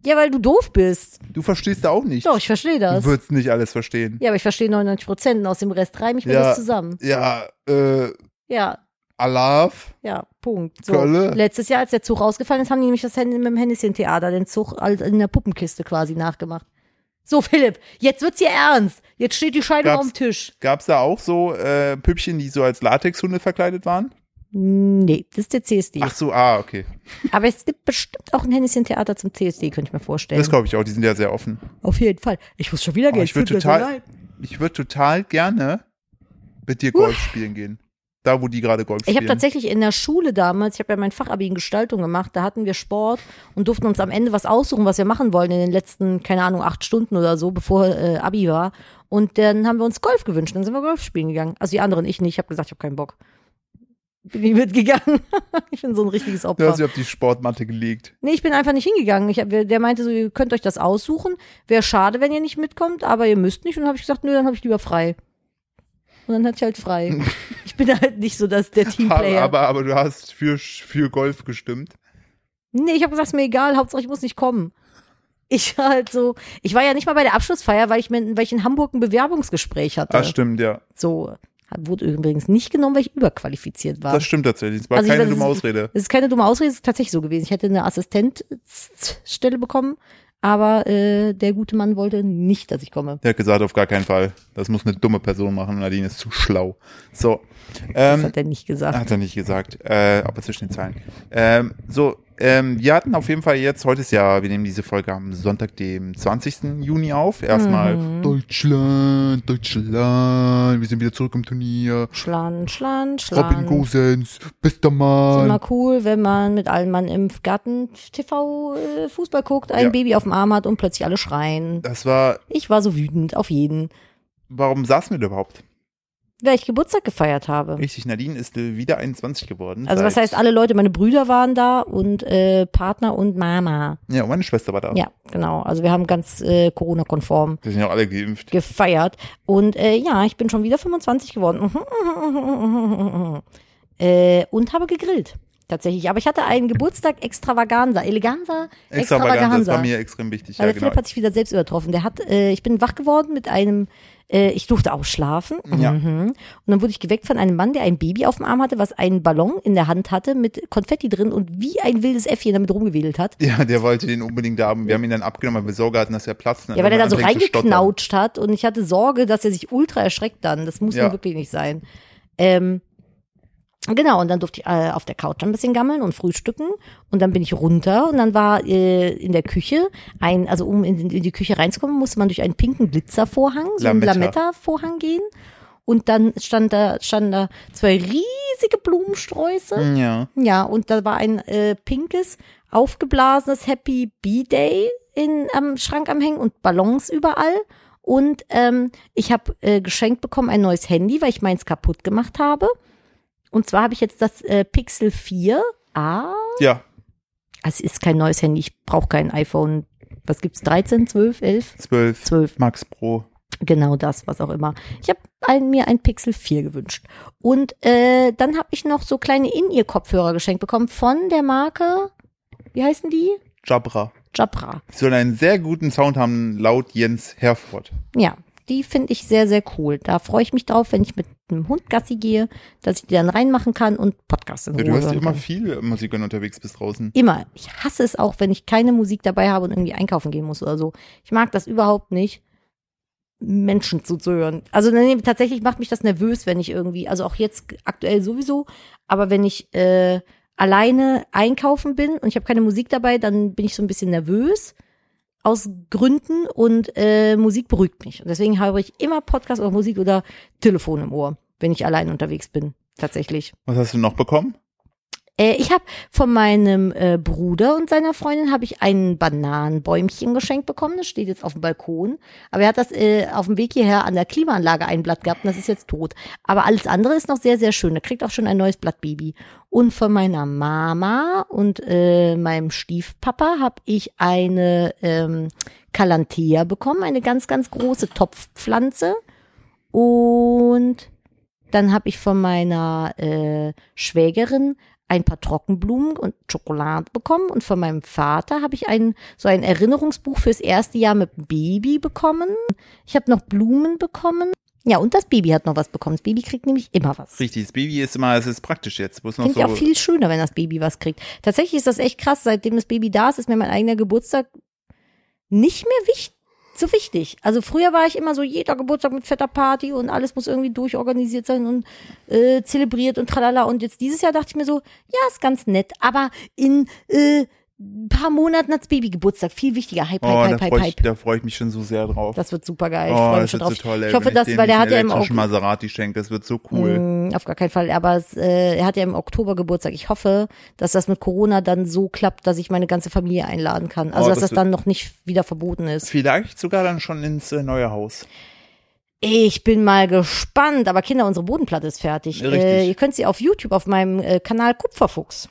Ja, weil du doof bist.
Du verstehst da auch nichts.
Doch, ich verstehe
du
das.
würdest nicht alles verstehen.
Ja, aber ich verstehe 99 Prozent und aus dem Rest reim ich mir
Ja.
das zusammen.
Ja, äh,
Ja,
Alav.
ja, Punkt. So.
Kölle.
Letztes Jahr, als der Zug rausgefallen ist, haben die nämlich das Handy mit dem Hennesschen-Theater, den Zug all- in der Puppenkiste quasi nachgemacht. So, Philipp, jetzt wird's hier ernst. Jetzt steht die Scheidung
Gab's-
auf dem Tisch.
Gab's da auch so äh, Püppchen, die so als Latexhunde verkleidet waren?
Nee, das ist der CSD.
Ach so, ah, okay.
Aber es gibt bestimmt auch ein Hennesschen-Theater zum CSD, könnte ich mir vorstellen.
Das glaube ich auch, die sind ja sehr offen.
Auf jeden Fall. Ich muss schon wieder
Aber
gehen.
Oh, ich würde
Tut mir so
total,
leid.
ich würde total gerne mit dir Golf spielen gehen. Da, wo die gerade Golf
Ich
spielen.
habe tatsächlich in der Schule damals, ich habe ja mein Fachabi in Gestaltung gemacht, da hatten wir Sport und durften uns am Ende was aussuchen, was wir machen wollen in den letzten, keine Ahnung, acht Stunden oder so, bevor äh, Abi war. Und dann haben wir uns Golf gewünscht, dann sind wir Golf spielen gegangen. Also die anderen, ich nicht, ich habe gesagt, ich habe keinen Bock. Bin ich mitgegangen. ich bin so ein richtiges Opfer.
Du hast sie auf die Sportmatte gelegt.
Nee, ich bin einfach nicht hingegangen. Ich hab, der meinte so, ihr könnt euch das aussuchen. Wäre schade, wenn ihr nicht mitkommt, aber ihr müsst nicht. Und dann habe ich gesagt, nö, dann habe ich lieber frei. Und dann hatte ich halt frei. ich bin halt nicht so dass der
Aber,
Teamplayer.
aber, aber du hast für, für Golf gestimmt.
Nee, ich habe gesagt, ist mir egal, Hauptsache ich muss nicht kommen. Ich war halt so, ich war ja nicht mal bei der Abschlussfeier, weil ich, mir, weil ich in Hamburg ein Bewerbungsgespräch hatte.
Das stimmt, ja.
so, wurde übrigens nicht genommen, weil ich überqualifiziert war.
Das stimmt tatsächlich. Es war
Also ich
keine
weiß, es
dumme
ist-
Ausrede.
Es ist keine dumme Ausrede, es ist tatsächlich so gewesen. Ich hätte eine Assistenzstelle bekommen, aber äh, der gute Mann wollte nicht, dass ich komme.
Der hat gesagt, auf gar keinen Fall. Das muss eine dumme Person machen. Nadine ist zu schlau. So.
Das
Ähm,
hat er nicht gesagt.
hat er nicht gesagt. Äh, aber zwischen den Zeilen. Ähm, so, ähm, wir hatten auf jeden Fall jetzt, heute ist ja, wir nehmen diese Folge am Sonntag, dem 20. Juni auf. Erstmal
Mhm.
Deutschland, Deutschland, wir sind wieder zurück im Turnier.
Schlan, schlan,
Robin
schlan.
Gosens, bester
Ist
Mann.
immer cool, wenn man mit allen Mann im Garten TV äh, Fußball guckt, ein
Ja.
Baby auf dem Arm hat und plötzlich alle schreien.
Das war,
Ich war so wütend auf jeden,
warum saßen wir da überhaupt?
weil ich Geburtstag gefeiert habe.
Richtig, Nadine ist äh, wieder 21 geworden.
Also was
Seit-
heißt alle Leute, meine Brüder waren da und äh, Partner und Mama.
Ja, und meine Schwester war da.
Ja, genau. Also wir haben ganz äh, Corona-konform
Wir sind ja auch alle geimpft.
gefeiert. Und äh, ja, ich bin schon wieder 25 geworden. äh, und habe gegrillt. Tatsächlich. Aber ich hatte einen Geburtstag extravaganza. Eleganza?
Extravaganza ist bei mir extrem wichtig.
Also
Ja,
der
genau.
Philipp hat sich wieder selbst übertroffen. Der hat, äh, ich bin wach geworden mit einem, äh, ich durfte auch schlafen.
Ja.
Mhm. Und dann wurde ich geweckt von einem Mann, der ein Baby auf dem Arm hatte, was einen Ballon in der Hand hatte mit Konfetti drin und wie ein wildes Äffchen damit rumgewedelt hat.
Ja, der wollte den unbedingt haben. Wir haben ihn dann abgenommen, weil wir Sorge hatten, dass er platzt.
Ja, weil er da so reingeknautscht hat und ich hatte Sorge, dass er sich ultra erschreckt dann. Das muss
Ja.
nun wirklich nicht sein. Ähm, genau, und dann durfte ich äh, auf der Couch ein bisschen gammeln und frühstücken und dann bin ich runter und dann war äh, in der Küche ein, also um in, in die Küche reinzukommen, musste man durch einen pinken Glitzervorhang, so einen
Lametta.
Lametta-Vorhang gehen. Und dann stand da, standen da zwei riesige Blumensträuße.
Ja.
Ja, und da war ein äh, pinkes, aufgeblasenes Happy B-Day in- am Schrank am Hängen und Ballons überall. Und ähm, ich habe äh, geschenkt bekommen ein neues Handy, weil ich meins kaputt gemacht habe. Und zwar habe ich jetzt das äh, Pixel 4a.
Ja,
Also es ist kein neues Handy, ich brauche kein iPhone. Was gibt's? 13, 12, 11?
12.
12.
Max Pro.
Genau das, was auch immer. Ich habe ein, mir ein Pixel 4 gewünscht. Und äh, dann habe ich noch so kleine In-Ear-Kopfhörer geschenkt bekommen von der Marke, wie heißen die?
Jabra.
Jabra.
Die sollen einen sehr guten Sound haben, laut Jens Herford.
Ja, die finde ich sehr, sehr cool. Da freue ich mich drauf, wenn ich mit einem Hund Gassi gehe, dass ich die dann reinmachen kann und Podcast in
Ja,
Ruhe
du hörst
hören
immer
kann.
viel Musik, wenn du unterwegs bist draußen.
Immer. Ich hasse es auch, wenn ich keine Musik dabei habe und irgendwie einkaufen gehen muss oder so. Ich mag das überhaupt nicht, Menschen zuzuhören. Also nee, tatsächlich macht mich das nervös, wenn ich irgendwie, also auch jetzt aktuell sowieso, aber wenn ich äh, alleine einkaufen bin und ich habe keine Musik dabei, dann bin ich so ein bisschen nervös aus Gründen und äh, Musik beruhigt mich. Und deswegen habe ich immer Podcast oder Musik oder Telefon im Ohr, wenn ich allein unterwegs bin. Tatsächlich.
Was hast du noch bekommen?
Äh, ich habe von meinem äh, Bruder und seiner Freundin habe ich ein Bananenbäumchen geschenkt bekommen. Das steht jetzt auf dem Balkon. Aber er hat das äh, auf dem Weg hierher an der Klimaanlage ein Blatt gehabt und das ist jetzt tot. Aber alles andere ist noch sehr, sehr schön. Er kriegt auch schon ein neues Blattbaby. Und von meiner Mama und äh, meinem Stiefpapa habe ich eine ähm, Kalanthea bekommen, eine ganz, ganz große Topfpflanze. Und dann habe ich von meiner äh, Schwägerin ein paar Trockenblumen und Schokolade bekommen und von meinem Vater habe ich ein so ein Erinnerungsbuch fürs erste Jahr mit Baby bekommen. Ich habe noch Blumen bekommen. Ja, und das Baby hat noch was bekommen. Das Baby kriegt nämlich immer was.
Richtig, das Baby ist immer, es ist praktisch jetzt. Wo es noch
Finde ich auch
so,
viel schöner, wenn das Baby was kriegt. Tatsächlich ist das echt krass. Seitdem das Baby da ist, ist mir mein eigener Geburtstag nicht mehr wichtig. So wichtig. Also früher war ich immer so jeder Geburtstag mit fetter Party und alles muss irgendwie durchorganisiert sein und äh, zelebriert und tralala. Und jetzt dieses Jahr dachte ich mir so, ja, ist ganz nett, aber in äh, ein paar Monaten hat's Baby Geburtstag. Viel wichtiger. Hype,
oh, da
hype, hype, hype,
freue ich,
hype.
da freu ich mich schon so sehr drauf.
Das wird super geil. Ich
oh,
freue
das
mich schon
wird
drauf.
so toll. Ey,
ich hoffe,
wenn
dass,
dem
weil der
diesen
hat ja im August
elektrischen Maserati schenke, das wird so cool.
Mm, Auf gar keinen Fall, aber es, äh, er hat ja im Oktober Geburtstag. Ich hoffe, dass das mit Corona dann so klappt, dass ich meine ganze Familie einladen kann. Also,
Oh,
dass
das
das
wird-
dann noch nicht wieder verboten ist.
Vielleicht sogar dann schon ins äh, neue Haus.
Ich bin mal gespannt, aber Kinder, unsere Bodenplatte ist fertig.
Richtig.
Äh, ihr könnt sie auf YouTube, auf meinem äh, Kanal Kupferfuchs.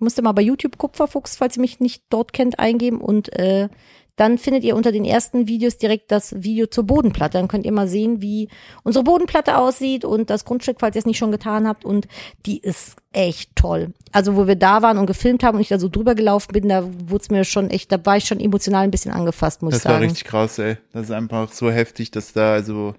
Müsst ihr mal bei YouTube Kupferfuchs, falls ihr mich nicht dort kennt, eingeben und äh, dann findet ihr unter den ersten Videos direkt das Video zur Bodenplatte. Dann könnt ihr mal sehen, wie unsere Bodenplatte aussieht und das Grundstück, falls ihr es nicht schon getan habt. Und die ist echt toll. Also wo wir da waren und gefilmt haben und ich da so drüber gelaufen bin, da wurde es mir schon echt, da war ich schon emotional ein bisschen angefasst, muss ich
Das war
sagen.
richtig krass, ey. Das ist einfach so heftig, dass da, also,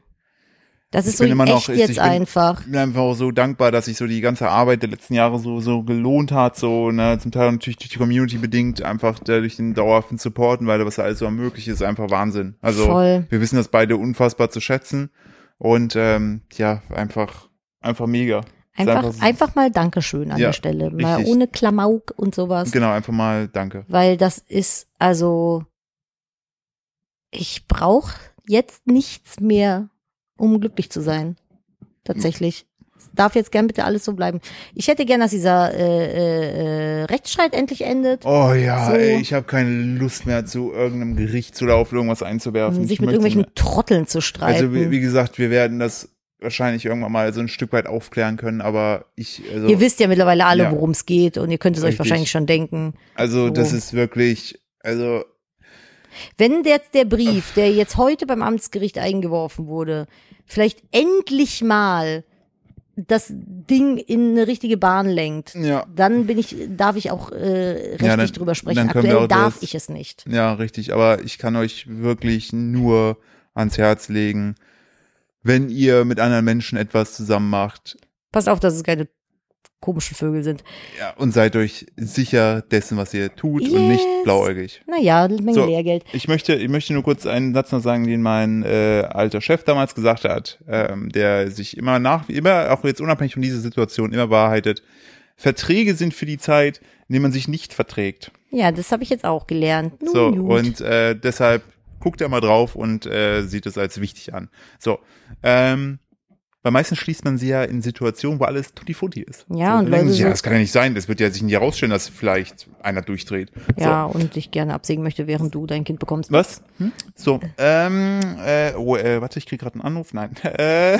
Das
Ich
ist so
bin immer
echt
noch- ich
jetzt
bin-
einfach.
ich bin einfach auch so dankbar, dass sich so die ganze Arbeit der letzten Jahre so, so gelohnt hat, so, ne, zum Teil natürlich durch die Community bedingt, einfach dadurch den dauerhaften Support und weil was da alles so ermöglicht ist, einfach Wahnsinn. Also,
Voll.
wir wissen das beide unfassbar zu schätzen und, ähm, ja, einfach, einfach mega. Ist
Einfach,
so-
einfach mal Dankeschön an
Ja,
der Stelle. Mal
richtig.
ohne Klamauk und sowas.
Genau, einfach mal danke.
Weil das ist, also, ich brauche jetzt nichts mehr, um glücklich zu sein. Tatsächlich. Es darf jetzt gern bitte alles so bleiben. Ich hätte gern, dass dieser äh, äh, äh, Rechtsstreit endlich endet.
Oh ja,
So.
ey, ich habe keine Lust mehr zu irgendeinem Gericht zu laufen, irgendwas einzuwerfen.
um
Ich
sich mit
möchte
irgendwelchen
mir-
Trotteln zu streiten.
Also wie, wie gesagt, wir werden das wahrscheinlich irgendwann mal so ein Stück weit aufklären können, aber ich, also,
ihr wisst ja mittlerweile alle,
Ja.
worum es geht und ihr könnt es euch
Richtig.
wahrscheinlich schon denken.
also das
so.
ist wirklich, also
Wenn jetzt der Brief, der jetzt heute beim Amtsgericht eingeworfen wurde, vielleicht endlich mal das Ding in eine richtige Bahn lenkt,
ja,
dann bin ich, darf ich auch äh, richtig
Ja, dann-
drüber sprechen.
dann können wir
Aktuell
auch
darf
das-
ich es nicht.
ja, richtig, aber ich kann euch wirklich nur ans Herz legen, wenn ihr mit anderen Menschen etwas zusammen macht
Pass auf, dass es keine komischen Vögel sind.
ja, und seid euch sicher dessen, was ihr tut und
Yes.
nicht blauäugig.
Naja, eine Menge
So.
Lehrgeld.
Ich möchte, ich möchte nur kurz einen Satz noch sagen, den mein äh, alter Chef damals gesagt hat, ähm, der sich immer nach, immer auch jetzt unabhängig von dieser Situation immer bewahrheitet. Verträge sind für die Zeit, in der man sich nicht verträgt.
Ja, das habe ich jetzt auch gelernt. Nun,
So
gut.
und äh, deshalb guckt er mal drauf und äh, sieht es als wichtig an. So. Ähm, weil meistens schließt man sie ja in Situationen, wo alles tutti-futti ist. so,
Ja,
dann
und
denken
Leute
sie, ja,
so-
das kann ja nicht sein. Das wird ja sich nie herausstellen, dass vielleicht einer durchdreht. So.
ja, und ich gerne absägen möchte, während du dein Kind bekommst.
Was?
Hm?
So, ähm, äh, oh, äh, warte, ich krieg gerade einen Anruf. Nein. Äh,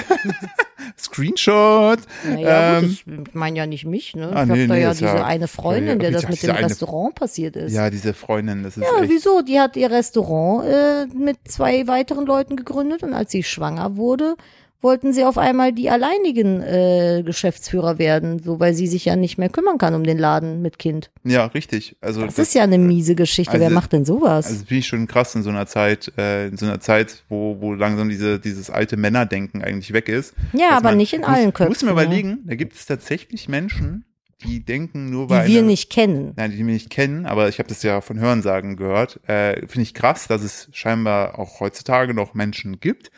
Screenshot.
Naja,
ähm,
gut, das- ich meine ja nicht mich, ne?
ah,
ich
nee,
habe da
nee,
ja
ist
diese
ja-
eine Freundin,
ja, ja,
der
ich
das
dachte,
mit
diese
dem
eine-
Restaurant passiert ist.
ja, diese Freundin, das ist
Ja,
echt.
wieso? Die hat ihr Restaurant äh, mit zwei weiteren Leuten gegründet und als sie schwanger wurde, wollten sie auf einmal die alleinigen äh, Geschäftsführer werden, so weil sie sich ja nicht mehr kümmern kann um den Laden mit Kind.
Ja, richtig. Also
Das ist ja eine miese Geschichte.
Also-
Wer macht denn sowas?
Also bin ich schon krass in so einer Zeit, äh, in so einer Zeit, wo, wo langsam diese, dieses alte Männerdenken eigentlich weg ist.
ja,
Dass
aber
man-
nicht in
muss-
allen Köpfen. ne?
Muss man überlegen, da gibt es tatsächlich Menschen, die denken nur, weil
die wir
eine-
nicht kennen.
Nein, die mich nicht kennen, aber ich habe das ja von Hörensagen gehört. Äh, Finde ich krass, dass es scheinbar auch heutzutage noch Menschen gibt,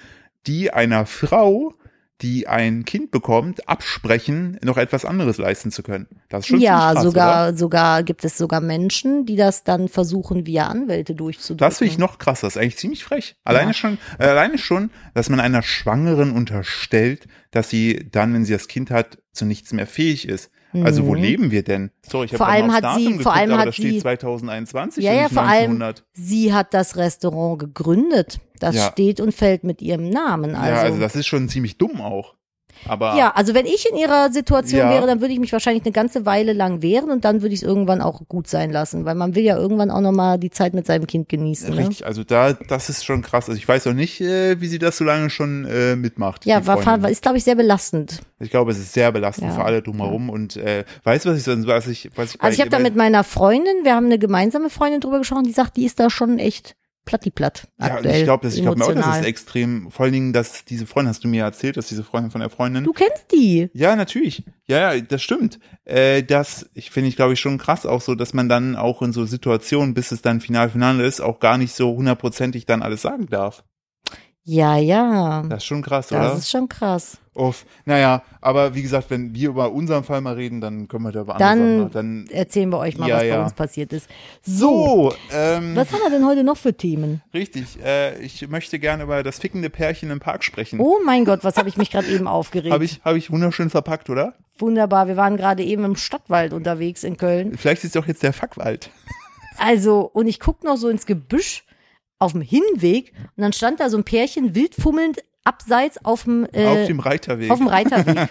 die einer Frau, die ein Kind bekommt, absprechen, noch etwas anderes leisten zu können. Das ist schon ziemlich
Ja,
krass, Oder?
sogar, sogar gibt es sogar Menschen, die das dann versuchen, via Anwälte durchzudrücken.
Das finde ich noch krasser. Das ist eigentlich ziemlich frech. Alleine
Ja.
schon, äh, alleine schon, dass man einer Schwangeren unterstellt, dass sie dann, wenn sie das Kind hat, zu nichts mehr fähig ist. Also wo
Mhm.
leben wir denn? So, ich habe
Vor allem
aufs
hat
Datum
sie-
geguckt,
vor allem
aber
hat
da steht
sie-
2021
Ja,
und
ja,
nicht
vor allem-
1900.
Sie hat das Restaurant gegründet. Das
Ja.
steht und fällt mit ihrem Namen. Also.
ja, also das ist schon ziemlich dumm auch. Aber
Ja, also wenn ich in ihrer Situation
Ja.
wäre, dann würde ich mich wahrscheinlich eine ganze Weile lang wehren und dann würde ich es irgendwann auch gut sein lassen, weil man will ja irgendwann auch nochmal die Zeit mit seinem Kind genießen. Ne?
richtig, also da, das ist schon krass. Also ich weiß auch nicht, äh, wie sie das so lange schon äh, mitmacht.
Ja,
die
war,
Freundin.
war- ist, glaube ich, sehr belastend.
ich glaube, es ist sehr belastend
Ja,
für alle drumherum. Und äh, weißt du, was ich sonst, was ich, was ich bei
Also ich habe da
ihr-
mit meiner Freundin, wir haben eine gemeinsame Freundin drüber gesprochen, die sagt, die ist da schon echt plattiplatt
ja, und
aktuell
ich glaube, das, ich glaube mir auch, das
emotional.
ist extrem. Vor allen Dingen, dass diese Freundin, hast du mir ja erzählt, dass diese Freundin von der Freundin.
Du kennst die.
Ja, natürlich. Ja, ja, das stimmt. Äh, das ich finde ich, glaube ich, schon krass auch so, dass man dann auch in so Situationen, bis es dann final final ist, auch gar nicht so hundertprozentig dann alles sagen darf.
Ja, ja. Das,
Das ist schon krass, oder?
ist schon krass.
Uff, naja, aber wie gesagt, wenn wir über unseren Fall mal reden, dann können wir da über
Dann-
andere Sachen machen. Dann
Erzählen wir euch mal,
Ja,
was bei
ja.
uns passiert ist. So,
so, ähm,
was haben wir denn heute noch für Themen?
richtig. Äh, ich möchte gerne über das fickende Pärchen im Park sprechen.
Oh mein Gott, was habe ich mich gerade eben aufgeregt.
Habe ich, Hm. hab ich wunderschön verpackt, oder?
Wunderbar, wir waren gerade eben im Stadtwald unterwegs in Köln.
Vielleicht ist doch jetzt der Fackwald.
Also, und ich guck noch so ins Gebüsch auf dem Hinweg und dann stand da so ein Pärchen wildfummelnd abseits auf dem, äh,
auf dem Reiterweg.
auf dem Reiterweg.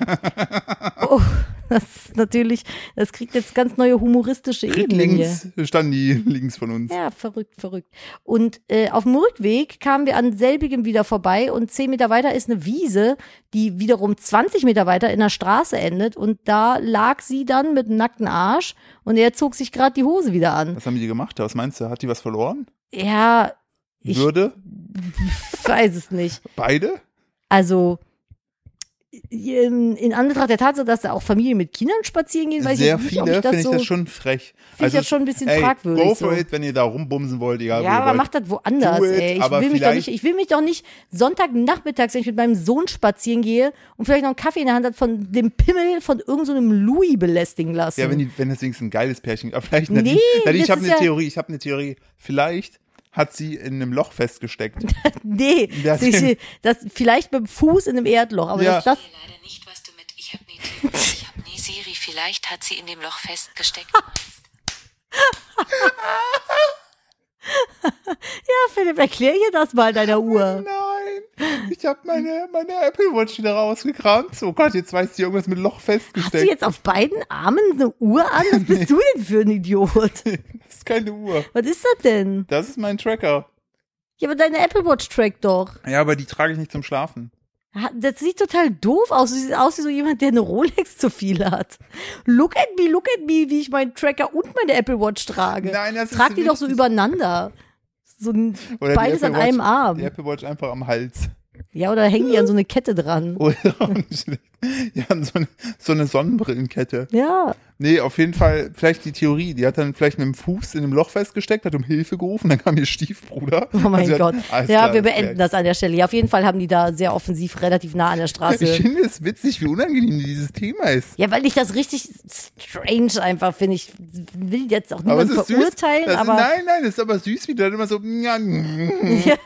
oh, Das ist natürlich, das kriegt jetzt ganz neue humoristische
Tritt
Ebenen hier.
links standen die links von uns.
Ja, verrückt, verrückt. Und äh, auf dem Rückweg kamen wir an selbigem wieder vorbei und zehn Meter weiter ist eine Wiese, die wiederum 20 Meter weiter in der Straße endet und da lag sie dann mit einem nackten Arsch und er zog sich gerade die Hose wieder an.
Was haben die gemacht? Was meinst du? Hat die was verloren?
Ja, ich
Würde?
weiß es nicht.
Beide?
Also ähm, in, in Anbetracht der Tatsache, dass da auch Familien mit Kindern spazieren gehen, weiß
Sehr
ich jetzt nicht, ob
viele
ich
finde
das
ich
so
das schon frech. Also,
ich das schon ein bisschen
ey,
fragwürdig,
Go for
so.
it, wenn ihr da rumbumsen wollt, egal
Ja,
wo
aber
ihr wollt.
macht das woanders,
Do it,
ey. Ich
aber
will, mich doch
vielleicht-
nicht, ich will mich doch nicht Sonntagnachmittags, wenn ich mit meinem Sohn spazieren gehe und vielleicht noch einen Kaffee in der Hand hat, von dem Pimmel von irgendeinem so einem Louis belästigen lassen.
Ja, wenn, die, wenn das wenigstens ein geiles Pärchen Aber vielleicht, Nadine,
Nee,
Nadine ich
das
habe
ist
eine
ja-
Theorie, ich habe eine Theorie. Vielleicht hat sie in einem Loch festgesteckt.
nee,
Das-
das, ich, das, vielleicht mit dem Fuß in einem Erdloch, aber
Ja.
das, das,
Ich verstehe leider nicht, was du mit ich hab nie Theorie, ich hab nie Siri, vielleicht hat sie in dem Loch festgesteckt.
ja, Philipp, erklär ihr das mal deiner Uhr.
Nein, ich habe meine, meine Apple Watch wieder rausgekramt. Oh Gott, jetzt weiß sie irgendwas mit Loch
Hast du
festgesteckt.
jetzt auf beiden Armen eine Uhr an? Was bist du denn für ein Idiot?
Das ist keine Uhr.
Was ist das denn?
Das ist mein Tracker.
Ja, aber deine Apple Watch trackt doch.
Ja, aber die trage ich nicht zum Schlafen.
Ha- Das sieht total doof aus. Du siehst aus wie so jemand, der eine Rolex zu viel hat. Look at me, look at me, wie ich meinen Tracker und meine Apple Watch trage.
Nein, das ist
Trag die doch so
wichtig.
übereinander. So ein-
Oder die
beides
Apple
an einem
Watch,
Arm.
Die Apple Watch einfach am Hals.
Ja, oder hängen die an so eine Kette dran.
Oder auch nicht schlecht. Die haben so eine, so eine Sonnenbrillenkette.
Ja,
Nee, auf jeden Fall, vielleicht die Theorie. Die hat dann vielleicht mit dem Fuß in einem Loch festgesteckt, hat um Hilfe gerufen, dann kam ihr Stiefbruder.
oh mein
Also sie
Gott.
Hat, alles
ja,
klar,
wir
alles
beenden
klar.
das an der Stelle. Ja, auf jeden Fall haben die da sehr offensiv relativ nah an der
Ich
Straße.
finde es witzig, wie unangenehm dieses Thema ist.
Ja, weil ich das richtig strange einfach finde. Ich will jetzt auch
Aber
niemanden
es ist süß.
verurteilen,
das
aber.
ist, nein, nein, es ist aber süß, wie du dann immer so. Ja,
Ja,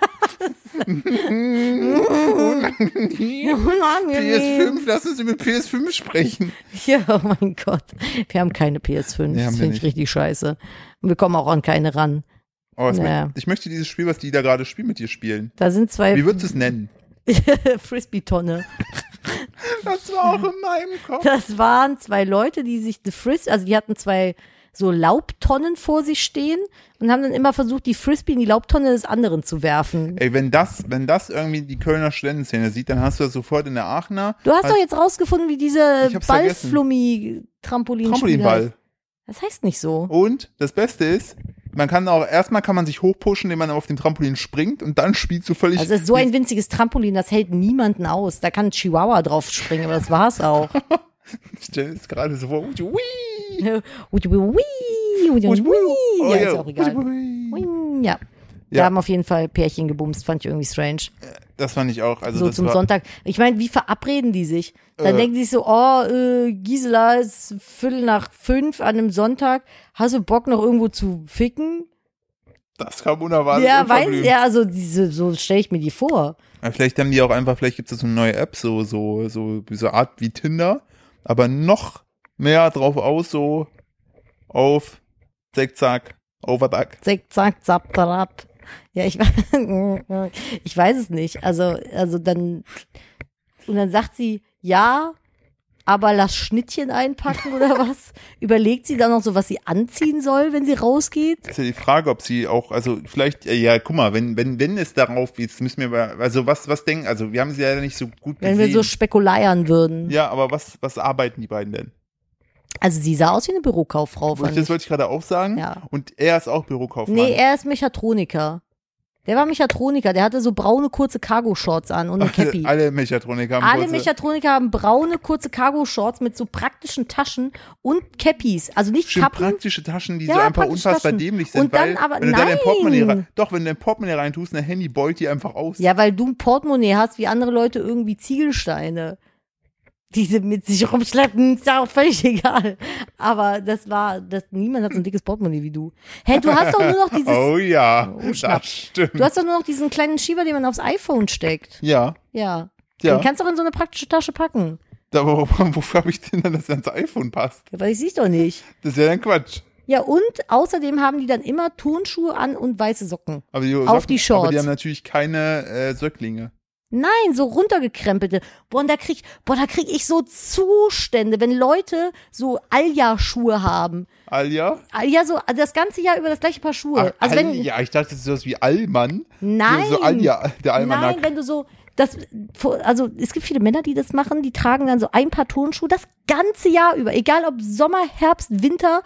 PS5, lass uns über PS5 sprechen.
Ja, oh mein Gott. Wir haben keine
Nee,
PS5.
haben wir
das finde
nicht.
ich richtig scheiße. Und wir kommen auch an keine ran.
Oh, es
Ja. Ähm.
mö- Ich möchte dieses Spiel, was die da gerade spielen, mit dir spielen.
Da sind
Wie
zwei
würdest du es nennen?
Frisbee-Tonne.
Das war auch in meinem Kopf.
Das waren zwei Leute, die sich die Fris, also die hatten zwei so Laubtonnen vor sich stehen und haben dann immer versucht, die Frisbee in die Laubtonne des anderen zu werfen.
Ey, wenn das, wenn das irgendwie die Kölner Studentenszene sieht, dann hast du das sofort in der Aachener. Halt
Du hast
als
doch jetzt rausgefunden, wie
Ich
diese
hab's vergessen.
Ballflummi-Trampolin
Trampolinball. Oh,
Das heißt nicht so.
Und das Beste ist, man kann auch, erstmal kann man sich hochpushen, indem man auf dem Trampolin springt und dann spielst du völlig.
Also es ist so ein winziges Trampolin, das hält niemanden aus. Da kann ein Chihuahua drauf springen, aber das war's auch.
ich stelle es gerade so vor. Ui,
Ui, ui, ui, ui,
ui,
ui.
oh
Ja, ist auch egal.
Ui, ui.
Ui, Ja. Wir
Ja.
haben auf jeden Fall Pärchen gebumst, fand ich irgendwie strange.
Das fand ich auch. Also
So
das
zum
war,
Sonntag. Ich meine, wie verabreden die sich? Dann
Äh.
denken sie sich so, oh, äh, Gisela ist Viertel nach fünf an einem Sonntag. Hast du Bock noch irgendwo zu ficken?
Das kam unerwartet.
ja,
unverblümt.
weiß, ja, also diese, so stelle ich mir die vor.
Ja, Vielleicht haben die auch einfach, vielleicht gibt es so eine neue App, so, so, so, so Art wie Tinder, aber noch mehr drauf aus, so auf Zack, Zack, Overduck.
Zack, zack, zapp, zapp. Ja, ich, we- ich weiß es nicht. Also, also dann, und dann sagt sie, ja, aber lass Schnittchen einpacken oder was? Überlegt sie dann noch so, was sie anziehen soll, wenn sie rausgeht?
ist ja die Frage, ob sie auch, also vielleicht, äh, ja, guck mal, wenn, wenn, wenn es darauf geht, jetzt müssen wir, über- also was, was denken, also wir haben sie ja nicht so gut
Wenn wir
gesehen.
so spekulieren würden.
ja, aber was, was arbeiten die beiden denn?
Also sie sah aus wie eine Bürokauffrau.
Wollte ich-
Fand
Das
ich.
wollte ich gerade auch sagen.
Ja.
Und er ist auch Bürokaufmann.
Nee, er ist Mechatroniker. Der war Mechatroniker. Der hatte so braune kurze Cargo-Shorts an und eine Cappy.
alle, alle Mechatroniker haben
Alle
kurze-
Mechatroniker haben braune, kurze Cargo-Shorts mit so praktischen Taschen und Cappies. Also nicht
Schön
Kappen.
praktische Taschen, die
Ja,
so einfach
praktische
unfassbar
Taschen.
dämlich sind.
Und dann
weil,
aber-
wenn du dein
nein!
Portemonnaie rein, doch, wenn du dein Portemonnaie reintust, dein Handy beult die einfach aus.
Ja, weil du ein Portemonnaie hast, wie andere Leute irgendwie Ziegelsteine. Diese mit sich rumschleppen, ist ja auch völlig egal. Aber das war, das, niemand hat so ein dickes Portemonnaie wie du. Hä, du hast doch nur noch dieses,
oh ja,
schnapp.
das stimmt.
du hast doch nur noch diesen kleinen Schieber, den man aufs iPhone steckt.
ja,
Ja.
Ja.
Den kannst du doch in so eine praktische Tasche packen.
aber wofür, wofür habe ich denn dann, dass das ans iPhone passt?
Ja, weil ich sieh's doch nicht.
Das ist ja dann Quatsch.
Ja, und außerdem haben die dann immer Turnschuhe an und weiße Socken.
Aber die
Auf die
Aber die
Shorts.
haben natürlich keine äh, Söcklinge.
Nein, so runtergekrempelte. Boah, und da krieg, boah, da krieg ich so Zustände, wenn Leute so Alja-Schuhe haben.
Alja?
Ja, so also das ganze Jahr über das gleiche Paar Schuhe. also wenn,
Alja, ich dachte, das ist sowas wie Allmann.
Nein.
So, so Alja, der Almanack.
Nein, wenn du so das also es gibt viele Männer, die das machen, die tragen dann so ein paar Turnschuhe das ganze Jahr über, egal ob Sommer, Herbst, Winter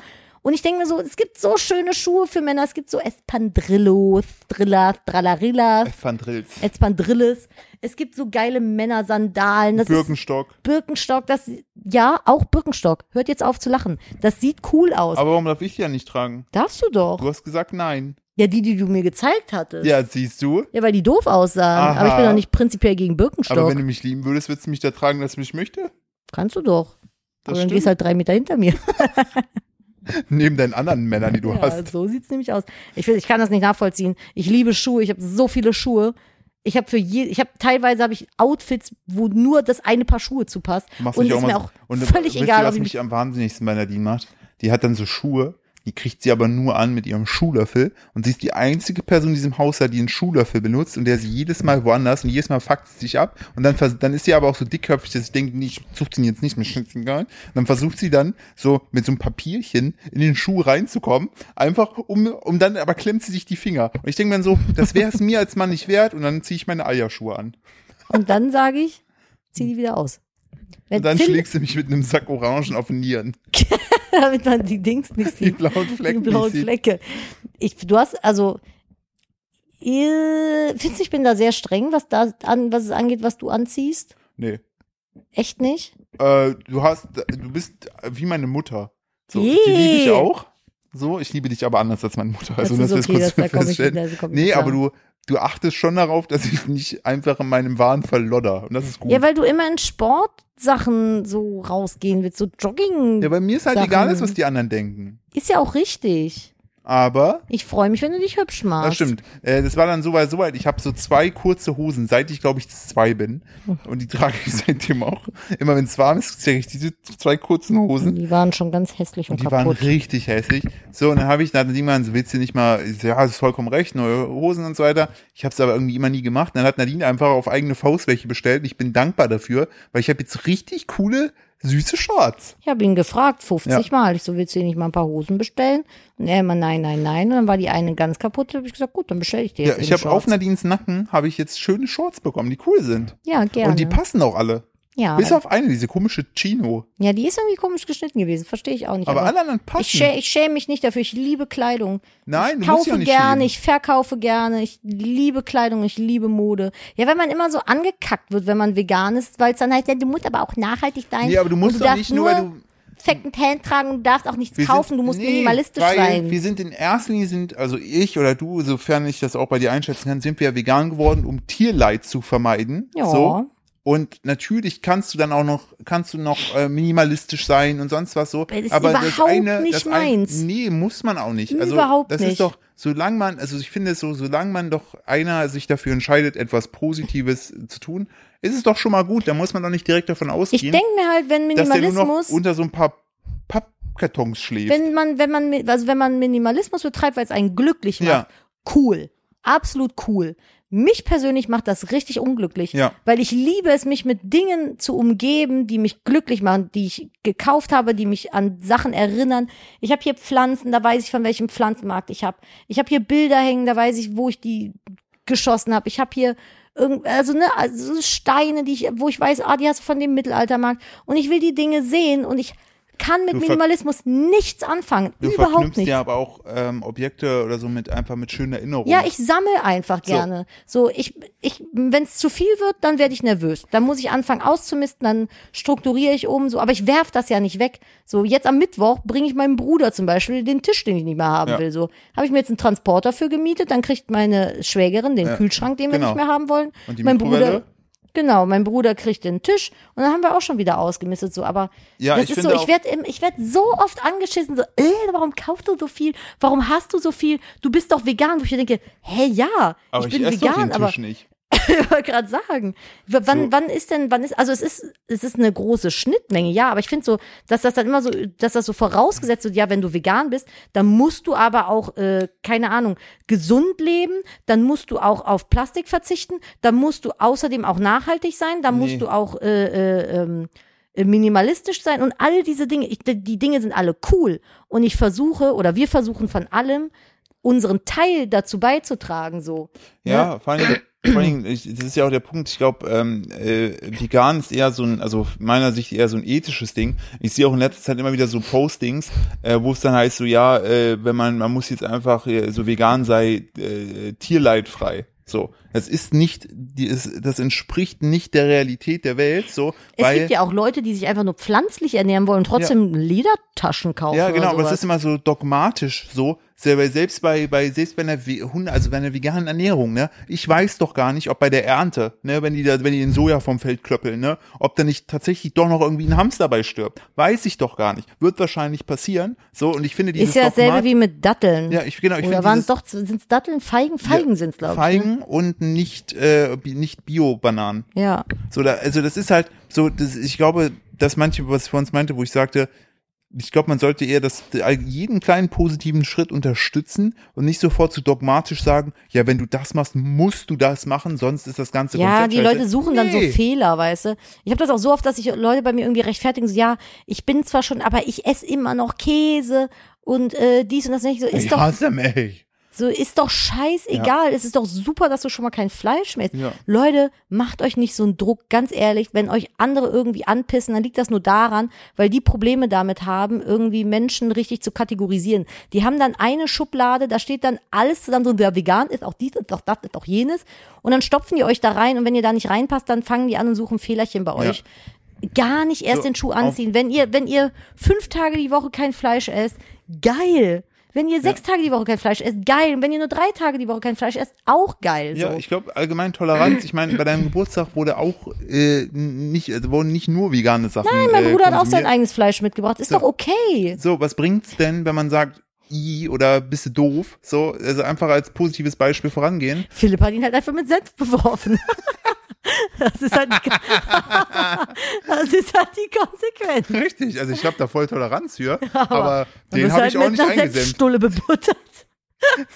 und ich denke mir so, es gibt so schöne Schuhe für Männer, es gibt so Espandrillos, Drillas, Dralarillas,
Van Drills.
Espandrilles. Es gibt so geile Männersandalen, das ist
Birkenstock.
Birkenstock, das ja, auch Birkenstock. Hört jetzt auf zu lachen. Das sieht cool aus.
Aber warum darf ich die ja nicht tragen?
Darfst du doch.
Du hast gesagt nein.
Ja, die, die du mir gezeigt hattest.
Ja, siehst du.
Ja, weil die doof aussahen.
Aha.
Aber ich bin doch nicht prinzipiell gegen Birkenstock.
Aber wenn du mich lieben würdest, würdest du mich da tragen, dass ich mich möchte?
Kannst du doch.
Das
Aber dann
stimmt.
gehst halt drei Meter hinter mir.
Neben deinen anderen Männern, die du
ja,
hast.
So sieht's nämlich aus. Ich, will, ich kann das nicht nachvollziehen. Ich liebe Schuhe. Ich habe so viele Schuhe. Ich habe für je, ich habe teilweise habe ich Outfits, wo nur das eine Paar Schuhe zu passt.
Machst
und
dich
ist mir
so-
auch
und
völlig
wisst
egal,
Ihr,
ob
was
ich
mich
mich.
am wahnsinnigsten bei Nadine macht? Die hat dann so Schuhe, die kriegt sie aber nur an mit ihrem Schuhlöffel. Und sie ist die einzige Person in diesem Haushalt, die einen Schuhlöffel benutzt und der ist jedes Mal woanders und jedes Mal fuckt sie sich ab. Und dann, vers- dann ist sie aber auch so dickköpfig, dass ich denke, nee, ich such den jetzt nicht, mir schnitzen egal. Und dann versucht sie dann so mit so einem Papierchen in den Schuh reinzukommen, einfach um, um dann, aber klemmt sie sich die Finger. Und ich denke mir dann so, das wäre es mir als Mann nicht wert und dann ziehe ich meine Eierschuhe an.
Und dann sage ich, zieh die wieder aus. Wenn
Und dann
Phil-
schlägst du mich mit einem Sack Orangen auf den Nieren.
damit man die Dings nicht
Die
sieht.
blauen Flecken.
die blauen
die sie-
Flecke. Ich, du hast, also, ihr- findest du, ich bin da sehr streng, was da an, was es angeht, was du anziehst?
Nee.
Echt nicht?
Äh, du hast, du bist wie meine Mutter. So,
Yeah.
Die liebe ich auch. So, ich liebe dich aber anders als meine Mutter. Also, dass
das
wir das
ist okay,
kurz
das, da komme ich,
feststellen.
da komm ich
nee,
klar.
aber du, du achtest schon darauf, dass ich nicht einfach in meinem Wahn verlodder. Und das ist gut.
Ja, weil du immer in Sportsachen so rausgehen willst, so Jogging.
Ja, bei mir ist halt
Sachen-
egal, ist, was die anderen denken.
ist ja auch richtig.
Aber
Ich freue mich, wenn du dich hübsch machst.
Das stimmt. Äh, das war dann so weit, so weit. Ich habe so zwei kurze Hosen, seit ich glaube ich zwei bin.
Hm.
Und die trage ich seitdem auch. Immer wenn es warm ist, trage ich diese zwei kurzen Hosen.
Die waren schon ganz hässlich und,
Und die waren
kaputt.
richtig hässlich. So, und dann habe ich dann irgendwann, so willst du nicht mal, Ich so, ja, hast vollkommen recht, neue Hosen und so weiter. Ich habe es aber irgendwie immer nie gemacht. Und dann hat Nadine einfach auf eigene Faust welche bestellt. Und ich bin dankbar dafür, weil ich habe jetzt richtig coole, süße Shorts.
Ich habe ihn gefragt, 50
Ja.
Mal. Ich so, willst du dir nicht mal ein paar Hosen bestellen? Und er immer, nein, nein, nein. Und dann war die eine ganz kaputt. Da habe ich gesagt, gut, dann bestelle ich dir
Ja,
jetzt
ich
eben
habe auf
Shorts.
Nadines Nacken, habe ich jetzt schöne Shorts bekommen, die cool sind.
Ja, gerne.
Und die passen auch alle.
ja,
Bis auf eine, diese komische Chino.
ja, die ist irgendwie komisch geschnitten gewesen. Verstehe ich auch nicht.
Aber alle anderen passen.
ich, schä ich schäme mich nicht dafür. Ich liebe Kleidung.
Nein,
ich
du musst ja
kaufe
nicht
gerne,
schämen.
ich verkaufe gerne, ich liebe Kleidung, ich liebe Mode. Ja, wenn man immer so angekackt wird, wenn man vegan ist, weil es dann halt, ja, du musst aber auch nachhaltig sein.
nee, aber du musst
und
doch
darfst
nicht nur, weil du.
Secondhand tragen und du darfst auch nichts
wir
kaufen,
sind-
du musst
nee,
minimalistisch
weil
sein.
Wir sind in erster Linie sind, also ich oder du, sofern ich das auch bei dir einschätzen kann, sind wir ja vegan geworden, um Tierleid zu vermeiden.
Ja.
So. Und natürlich kannst du dann auch noch, kannst du noch äh, minimalistisch sein und sonst was so.
Das ist
aber das
überhaupt
eine,
nicht
das ein-
meins.
nee, muss man auch nicht. Also
Überhaupt
das
nicht.
ist doch, solange man, also ich finde es so, solange man doch einer sich dafür entscheidet, etwas Positives zu tun, ist es doch schon mal gut. Da muss man doch nicht direkt davon
ich
ausgehen.
denke mir halt, wenn
dass der nur noch
Minimalismus.
unter so ein paar Pappkartons schläft.
wenn man, wenn man, mi- also wenn man Minimalismus betreibt, weil es einen glücklich macht,
Ja.
cool. Absolut cool. Mich persönlich macht das richtig unglücklich,
Ja.
weil ich liebe es, mich mit Dingen zu umgeben, die mich glücklich machen, die ich gekauft habe, die mich an Sachen erinnern. Ich habe hier Pflanzen, da weiß ich, von welchem Pflanzenmarkt ich habe. Ich habe hier Bilder hängen, da weiß ich, wo ich die geschossen habe. Ich habe hier irgend, also ne, also so Steine, die ich, wo ich weiß, ah, die hast du von dem Mittelaltermarkt. Und ich will die Dinge sehen und ich kann mit
Du ver-
Minimalismus nichts anfangen.
du
überhaupt
verknüpfst
nicht.
ja aber auch ähm, Objekte oder so mit einfach mit schönen Erinnerungen.
Ja, ich sammle einfach gerne. So, ich, ich, wenn es zu viel wird, dann werde ich nervös. Dann muss ich anfangen auszumisten, dann strukturiere ich um, so. Aber ich werf das ja nicht weg. So, jetzt am Mittwoch bringe ich meinem Bruder zum Beispiel den Tisch, den ich nicht mehr haben
Ja.
will. So, habe ich mir jetzt einen Transporter für gemietet, dann kriegt meine Schwägerin den
Ja.
Kühlschrank, den wir
Genau.
nicht mehr haben wollen.
Und die
mein
Mikrowelle?
Bruder, genau, mein Bruder kriegt den Tisch und dann haben wir auch schon wieder ausgemistet. So, aber
Ja,
das
ich
ist so,
finde
ich
auch-
werde ich werd so oft angeschissen, so, äh, warum kaufst du so viel? Warum hast du so viel? Du bist doch vegan. Wo ich mir denke, hä, ja,
aber
ich
ich,
bin
esse doch
vegan,
den
aber
Tisch nicht.
ich wollte gerade sagen. W- Wann,
So.
wann ist denn, wann ist, also es ist, es ist eine große Schnittmenge, ja, aber ich finde so, dass das dann immer so, dass das so vorausgesetzt wird, ja, wenn du vegan bist, dann musst du aber auch, äh, keine Ahnung, gesund leben, dann musst du auch auf Plastik verzichten, dann musst du außerdem auch nachhaltig sein, dann
Nee.
musst du auch, äh, äh, ähm, minimalistisch sein und all diese Dinge, ich, die Dinge sind alle cool und ich versuche oder wir versuchen von allem unseren Teil dazu beizutragen, so.
Ja, vor allem, vor allem ich, das ist ja auch der Punkt, ich glaube, ähm, äh, vegan ist eher so ein, also aus meiner Sicht eher so ein ethisches Ding. Ich sehe auch in letzter Zeit immer wieder so Postings, äh, wo es dann heißt so, ja, äh, wenn man, man muss jetzt einfach äh, so vegan sei, äh, tierleidfrei. So, das ist nicht, die ist, das entspricht nicht der Realität der Welt, so,
Es
weil,
gibt ja auch Leute, die sich einfach nur pflanzlich ernähren wollen und trotzdem Ledertaschen kaufen.
ja, genau,
oder
aber es
sowas.
ist immer so dogmatisch, so, selber- selbst bei, bei, selbst bei einer, We- Hunde, also bei einer veganen Ernährung, ne, ich weiß doch gar nicht, ob bei der Ernte, ne, wenn die da, wenn die den Soja vom Feld klöppeln, ne, ob da nicht tatsächlich doch noch irgendwie ein Hamster bei stirbt, weiß ich doch gar nicht, wird wahrscheinlich passieren, so, und ich finde dieses
ist ja dasselbe
Dogmat-
wie mit Datteln.
ja, ich, genau, ich
oder
finde
waren
dieses-
es doch, sind es Datteln? Feigen? Feigen sind es, glaube ich. ne?
Feigen und nicht, äh, bi- nicht Bio-Bananen.
Ja.
So, da, also das ist halt so, das, ich glaube, dass manche, was ich vorhin meinte, wo ich sagte, ich glaube, man sollte eher das, jeden kleinen positiven Schritt unterstützen und nicht sofort zu dogmatisch sagen, ja, wenn du das machst, musst du das machen, sonst ist das ganze
Ja,
Konzept
die
scheiße.
Leute suchen dann so
Nee.
Fehler, weißt du. Ich habe das auch so oft, dass ich Leute bei mir irgendwie rechtfertigen, so, ja, ich bin zwar schon, aber ich esse immer noch Käse und äh, dies und das nicht. So ist
Ich
doch
hasse mich.
So ist doch scheißegal. Es ist doch super, dass du schon mal kein Fleisch mehr isst.
Ja.
Leute, macht euch nicht so einen Druck. Ganz ehrlich, wenn euch andere irgendwie anpissen, dann liegt das nur daran, weil die Probleme damit haben, irgendwie Menschen richtig zu kategorisieren. Die haben dann eine Schublade, da steht dann alles zusammen drin, wer vegan ist, auch dies, ist auch das, ist auch jenes. Und dann stopfen die euch da rein und wenn ihr da nicht reinpasst, dann fangen die an und suchen Fehlerchen bei
Ja.
euch. Gar nicht erst
So,
den Schuh
auf-
anziehen. Wenn ihr, wenn ihr fünf Tage die Woche kein Fleisch esst, geil. Wenn ihr sechs Tage die Woche kein Fleisch esst, geil. Und wenn ihr nur drei Tage die Woche kein Fleisch esst, auch geil. So.
Ja, ich glaube, allgemein Toleranz, ich meine, bei deinem Geburtstag wurde auch äh, n- nicht, also wurden nicht nur vegane Sachen.
Nein, mein
äh,
Bruder hat auch
konsumiert.
sein eigenes Fleisch mitgebracht. Ist
So.
doch okay.
So, was bringt's denn, wenn man sagt, i oder bist du doof? So, also einfach als positives Beispiel vorangehen.
Philipp hat ihn halt einfach mit Senf beworfen. Das ist halt die, das ist halt die Konsequenz.
Richtig, also ich habe da voll Toleranz für, aber,
Du
den
bist
habe
halt
ich auch
mit
nicht
einer
eingesenkt.
Senfstulle bebuttert.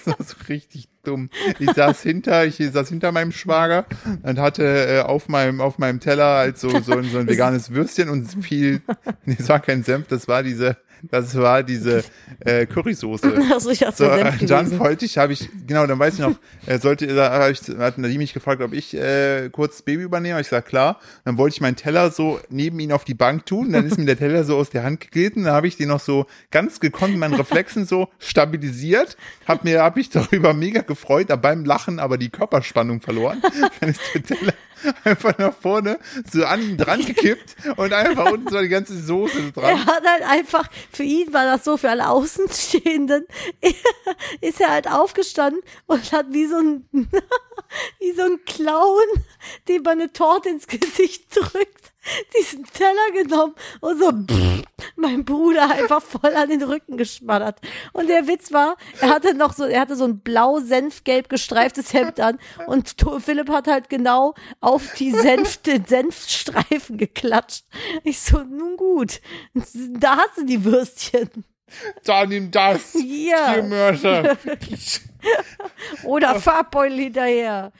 Das war so richtig dumm. Ich saß hinter, ich saß hinter meinem Schwager und hatte äh, auf meinem auf meinem Teller halt so so ein, so ein veganes Würstchen und viel nee, es war kein Senf, das war diese das war diese äh, Currysoße.
Also ich hab's
So,
mit
äh,
Senf
dann
gewesen.
wollte ich, habe ich, genau, dann weiß ich noch, äh, sollte, da hab ich, hat Nadine mich gefragt, ob ich äh, kurz das Baby übernehme. Hab Ich sag klar. Dann wollte ich meinen Teller so neben ihn auf die Bank tun. Dann ist mir der Teller so aus der Hand geglitten. Dann habe ich den noch so ganz gekonnt, mit meinen Reflexen so stabilisiert. Hab mir, hab ich darüber mega gefreut, aber beim Lachen aber die Körperspannung verloren. Dann ist der Teller einfach nach vorne so an ihn dran gekippt und einfach unten so die ganze Soße so dran.
Er hat halt einfach, für ihn war das so, für alle Außenstehenden, ist er halt aufgestanden und hat wie so ein, wie so ein Clown, dem man eine Torte ins Gesicht drückt, diesen Teller genommen und so, pff, mein Bruder einfach voll an den Rücken geschmattert. Und der Witz war, er hatte noch so, er hatte so ein blau-senfgelb gestreiftes Hemd an und To- Philipp hat halt genau auf die Senf, den Senfstreifen geklatscht. Ich so, nun gut, da hast du die Würstchen.
Da nimm das.
Ja.
Tiermörder.
Oder Farbbeul hinterher.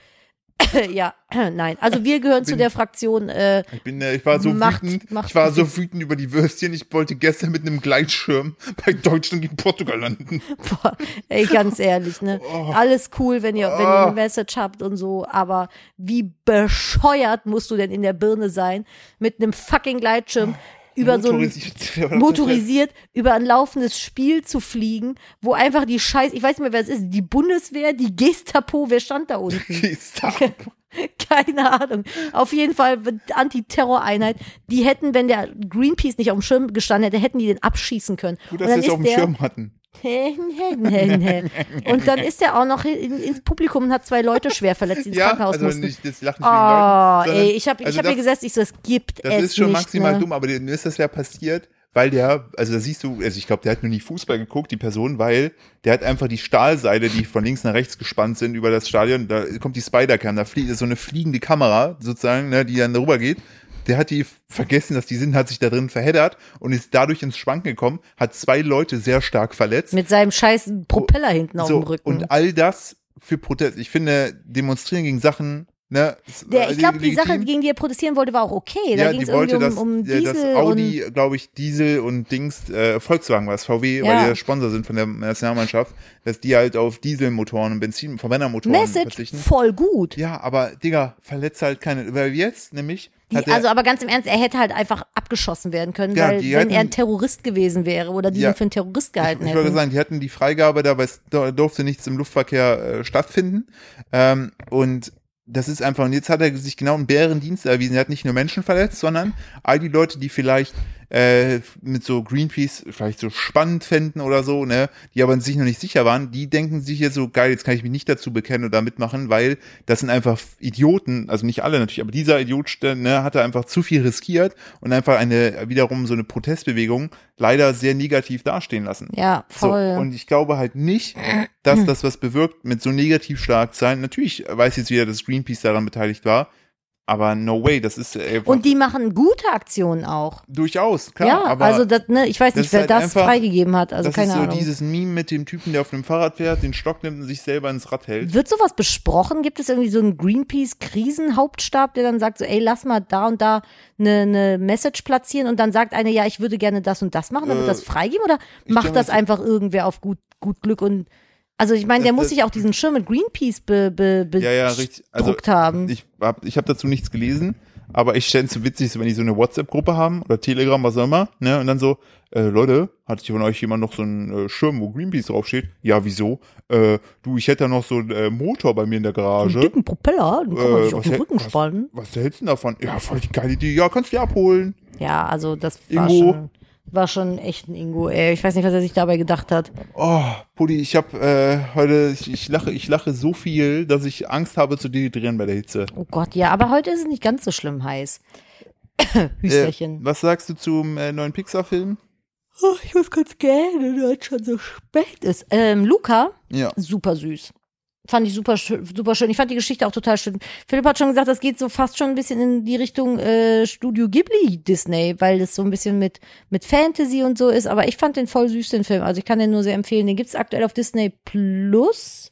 ja, nein. Also wir gehören zu der Fraktion, äh,
Ich bin, äh, ich war so
Macht-
wütend,
macht-
ich war so wütend über die Würstchen. Ich wollte gestern mit einem Gleitschirm bei Deutschland gegen Portugal landen.
boah, ey, ganz ehrlich, ne? Alles cool, wenn ihr, wenn ihr eine Message habt und so, aber wie bescheuert musst du denn in der Birne sein, mit einem fucking Gleitschirm über so Also ein
Motorisiert.
motorisiert über ein laufendes Spiel zu fliegen, wo einfach die Scheiß, ich weiß nicht mehr, wer es ist, die Bundeswehr, die Gestapo, wer stand da unten?
Gestapo.
Keine Ahnung. Auf jeden Fall die Antiterroreinheit. Die hätten, wenn der Greenpeace nicht auf dem Schirm gestanden hätte, hätten die den abschießen können.
Gut,
Und
dass wir
dann
es
ist
auf dem
der-
Schirm hatten.
Und dann ist er auch noch in, ins Publikum und hat zwei Leute schwer verletzt, die ins
Ja,
Krankenhaus
also
mussten.
nicht, das lachen
oh,
nicht wegen den Leuten, sondern-
ey, ich habe ich
also
hab
das,
hier gesessen, ich so, es gibt
Das
es
ist schon
nicht,
maximal
ne?
dumm, aber denen ist das ja passiert, weil der, also da siehst du, also ich glaube, der hat nur nie Fußball geguckt, die Person, weil der hat einfach die Stahlseile, die von links nach rechts gespannt sind über das Stadion, da kommt die Spider-Cam, da fliegt ist so eine fliegende Kamera sozusagen, ne, die dann rüber geht. Der hat die vergessen, dass die sind, hat sich da drin verheddert und ist dadurch ins Schwanken gekommen, hat zwei Leute sehr stark verletzt.
Mit seinem scheiß Propeller hinten auf
So,
dem Rücken.
Und all das für Protest. Ich finde, demonstrieren gegen Sachen, ne? ist,
der,
äh,
ich glaube, die
legitim.
Sache, gegen die er protestieren wollte, war auch okay. Da
ja,
ging es
die wollte,
irgendwie um,
dass,
um
äh,
Diesel
dass Audi, glaube ich, Diesel und Dings, äh, Volkswagen war es, VW, weil
Ja.
die der Sponsor sind von der Nationalmannschaft, dass die halt auf Dieselmotoren und Benzin,
und
Verbrennermotoren
Message
verzichten.
voll gut.
Ja, aber Digga, verletzt halt keine, weil jetzt nämlich hat
Die,
er,
also aber ganz im Ernst, er hätte halt einfach abgeschossen werden können,
Ja,
weil
die
wenn
hätten-
er ein Terrorist gewesen wäre oder die
Ja.
ihn für einen Terrorist gehalten
ich wollte
hätten.
sagen, die hatten die Freigabe, da weiß- da durfte nichts im Luftverkehr äh, stattfinden. Ähm, und das ist einfach, und jetzt hat er sich genau einen Bärendienst erwiesen. Er hat nicht nur Menschen verletzt, sondern all die Leute, die vielleicht äh, mit so Greenpeace vielleicht so spannend fänden oder so, ne, die aber sich noch nicht sicher waren, die denken sich jetzt so, geil, jetzt kann ich mich nicht dazu bekennen oder mitmachen, weil das sind einfach Idioten, also nicht alle natürlich, aber dieser Idiot ne, hatte einfach zu viel riskiert und einfach eine, wiederum so eine Protestbewegung leider sehr negativ dastehen lassen.
Ja, voll.
So, und ich glaube halt nicht, dass das was bewirkt mit so Negativschlagzeilen. Natürlich weiß jetzt wieder, dass Greenpeace daran beteiligt war, aber no way, das ist einfach
Und die machen gute Aktionen auch.
durchaus, klar.
ja,
aber
also das, ne, ich weiß
das
nicht,
ist
wer
halt
das
einfach-
freigegeben hat. Also
das
keine
ist so
Ahnung.
dieses Meme mit dem Typen, der auf einem Fahrrad fährt, den Stock nimmt und sich selber ins Rad hält.
Wird sowas besprochen? Gibt es irgendwie so einen Greenpeace-Krisenhauptstab, der dann sagt so, ey, lass mal da und da eine, eine Message platzieren und dann sagt einer, ja, ich würde gerne das und das machen, dann wird
Äh,
das freigeben oder
ich
macht
denke,
das
das-
einfach irgendwer auf gut, gut Glück und also ich meine, der
Das-
muss
das-
sich auch diesen Schirm mit Greenpeace be, be, be
Ja, ja, richtig. Also,
bedruckt haben.
Ich habe ich hab dazu nichts gelesen, aber ich stelle es so witzig, so wenn die so eine WhatsApp-Gruppe haben oder Telegram, was auch immer, ne? Und dann so, äh, Leute, hat hier von euch jemand noch so einen äh, Schirm, wo Greenpeace draufsteht? Ja, wieso? Äh, du, ich hätte da noch so einen äh, Motor bei mir in der
einen
Garage.
dicken Propeller, den kann man
ne? Äh,
sich auf
was
den
hält-
Rücken
was-
spannen.
Was hältst du denn davon? Ja, voll die geile Idee. Ja, kannst du dir abholen.
Ja, also das war
Ingo.
schon, war schon echt ein Ingo, ey. Ich weiß nicht, was er sich dabei gedacht hat.
Oh, Pudi, ich habe äh, heute, ich, ich lache, ich lache so viel, dass ich Angst habe zu dehydrieren bei der Hitze.
Oh Gott, ja, aber heute ist es nicht ganz so schlimm heiß. Hüsterchen.
Äh, was sagst du zum äh, neuen Pixar-Film?
Oh, ich muss kurz gähnen, weil es schon so spät ist. Ähm, Luca,
Ja.
super süß. Fand ich super, schö- super schön. Ich fand die Geschichte auch total schön. Philipp hat schon gesagt, das geht so fast schon ein bisschen in die Richtung äh, Studio Ghibli Disney, weil das so ein bisschen mit, mit Fantasy und so ist. Aber ich fand den voll süß, den Film. Also ich kann den nur sehr empfehlen. Den gibt's aktuell auf Disney Plus.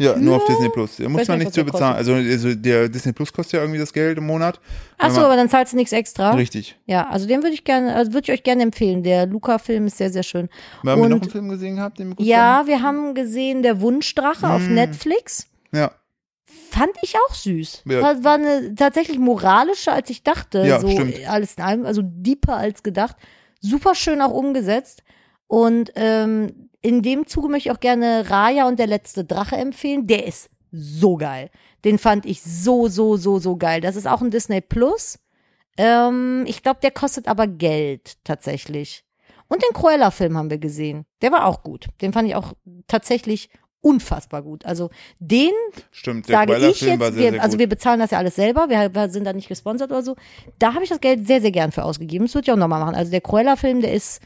Ja, nur auf Disney Plus. Da muss
Hm? weiß
man
nicht,
nichts
was
für
der
bezahlen. Also, also der Disney Plus kostet ja irgendwie das Geld im Monat.
Ach so,
Wenn man-
aber dann zahlst du nichts extra.
Richtig.
Ja, also den würde ich gerne, also würde ich euch gerne empfehlen. Der Luca-Film ist sehr, sehr schön.
Haben wir noch
Und-
einen Film gesehen gehabt? Den wir gut
Ja, wir haben gesehen, der Wunschdrache auf
Mm.
Netflix.
fanden? Ja,
Fand ich auch süß.
Ja.
War, war eine, tatsächlich moralischer, als ich dachte.
Ja,
so
stimmt.
alles in allem, also deeper als gedacht. Super schön auch umgesetzt. Und ähm, in dem Zuge möchte ich auch gerne Raya und der letzte Drache empfehlen. Der ist so geil. Den fand ich so, so, so, so geil. Das ist auch ein Disney Plus. Ähm, ich glaube, der kostet aber Geld tatsächlich. Und den Cruella-Film haben wir gesehen. Der war auch gut. Den fand ich auch tatsächlich unfassbar gut. Also den
stimmt. Der
sage ich
Cruella-Film
jetzt,
war sehr,
wir,
sehr
also
gut.
wir bezahlen das ja alles selber, wir, wir sind da nicht gesponsert oder so. Da habe ich das Geld sehr, sehr gern für ausgegeben. Das würde ich auch nochmal machen. Also der Cruella-Film, der ist,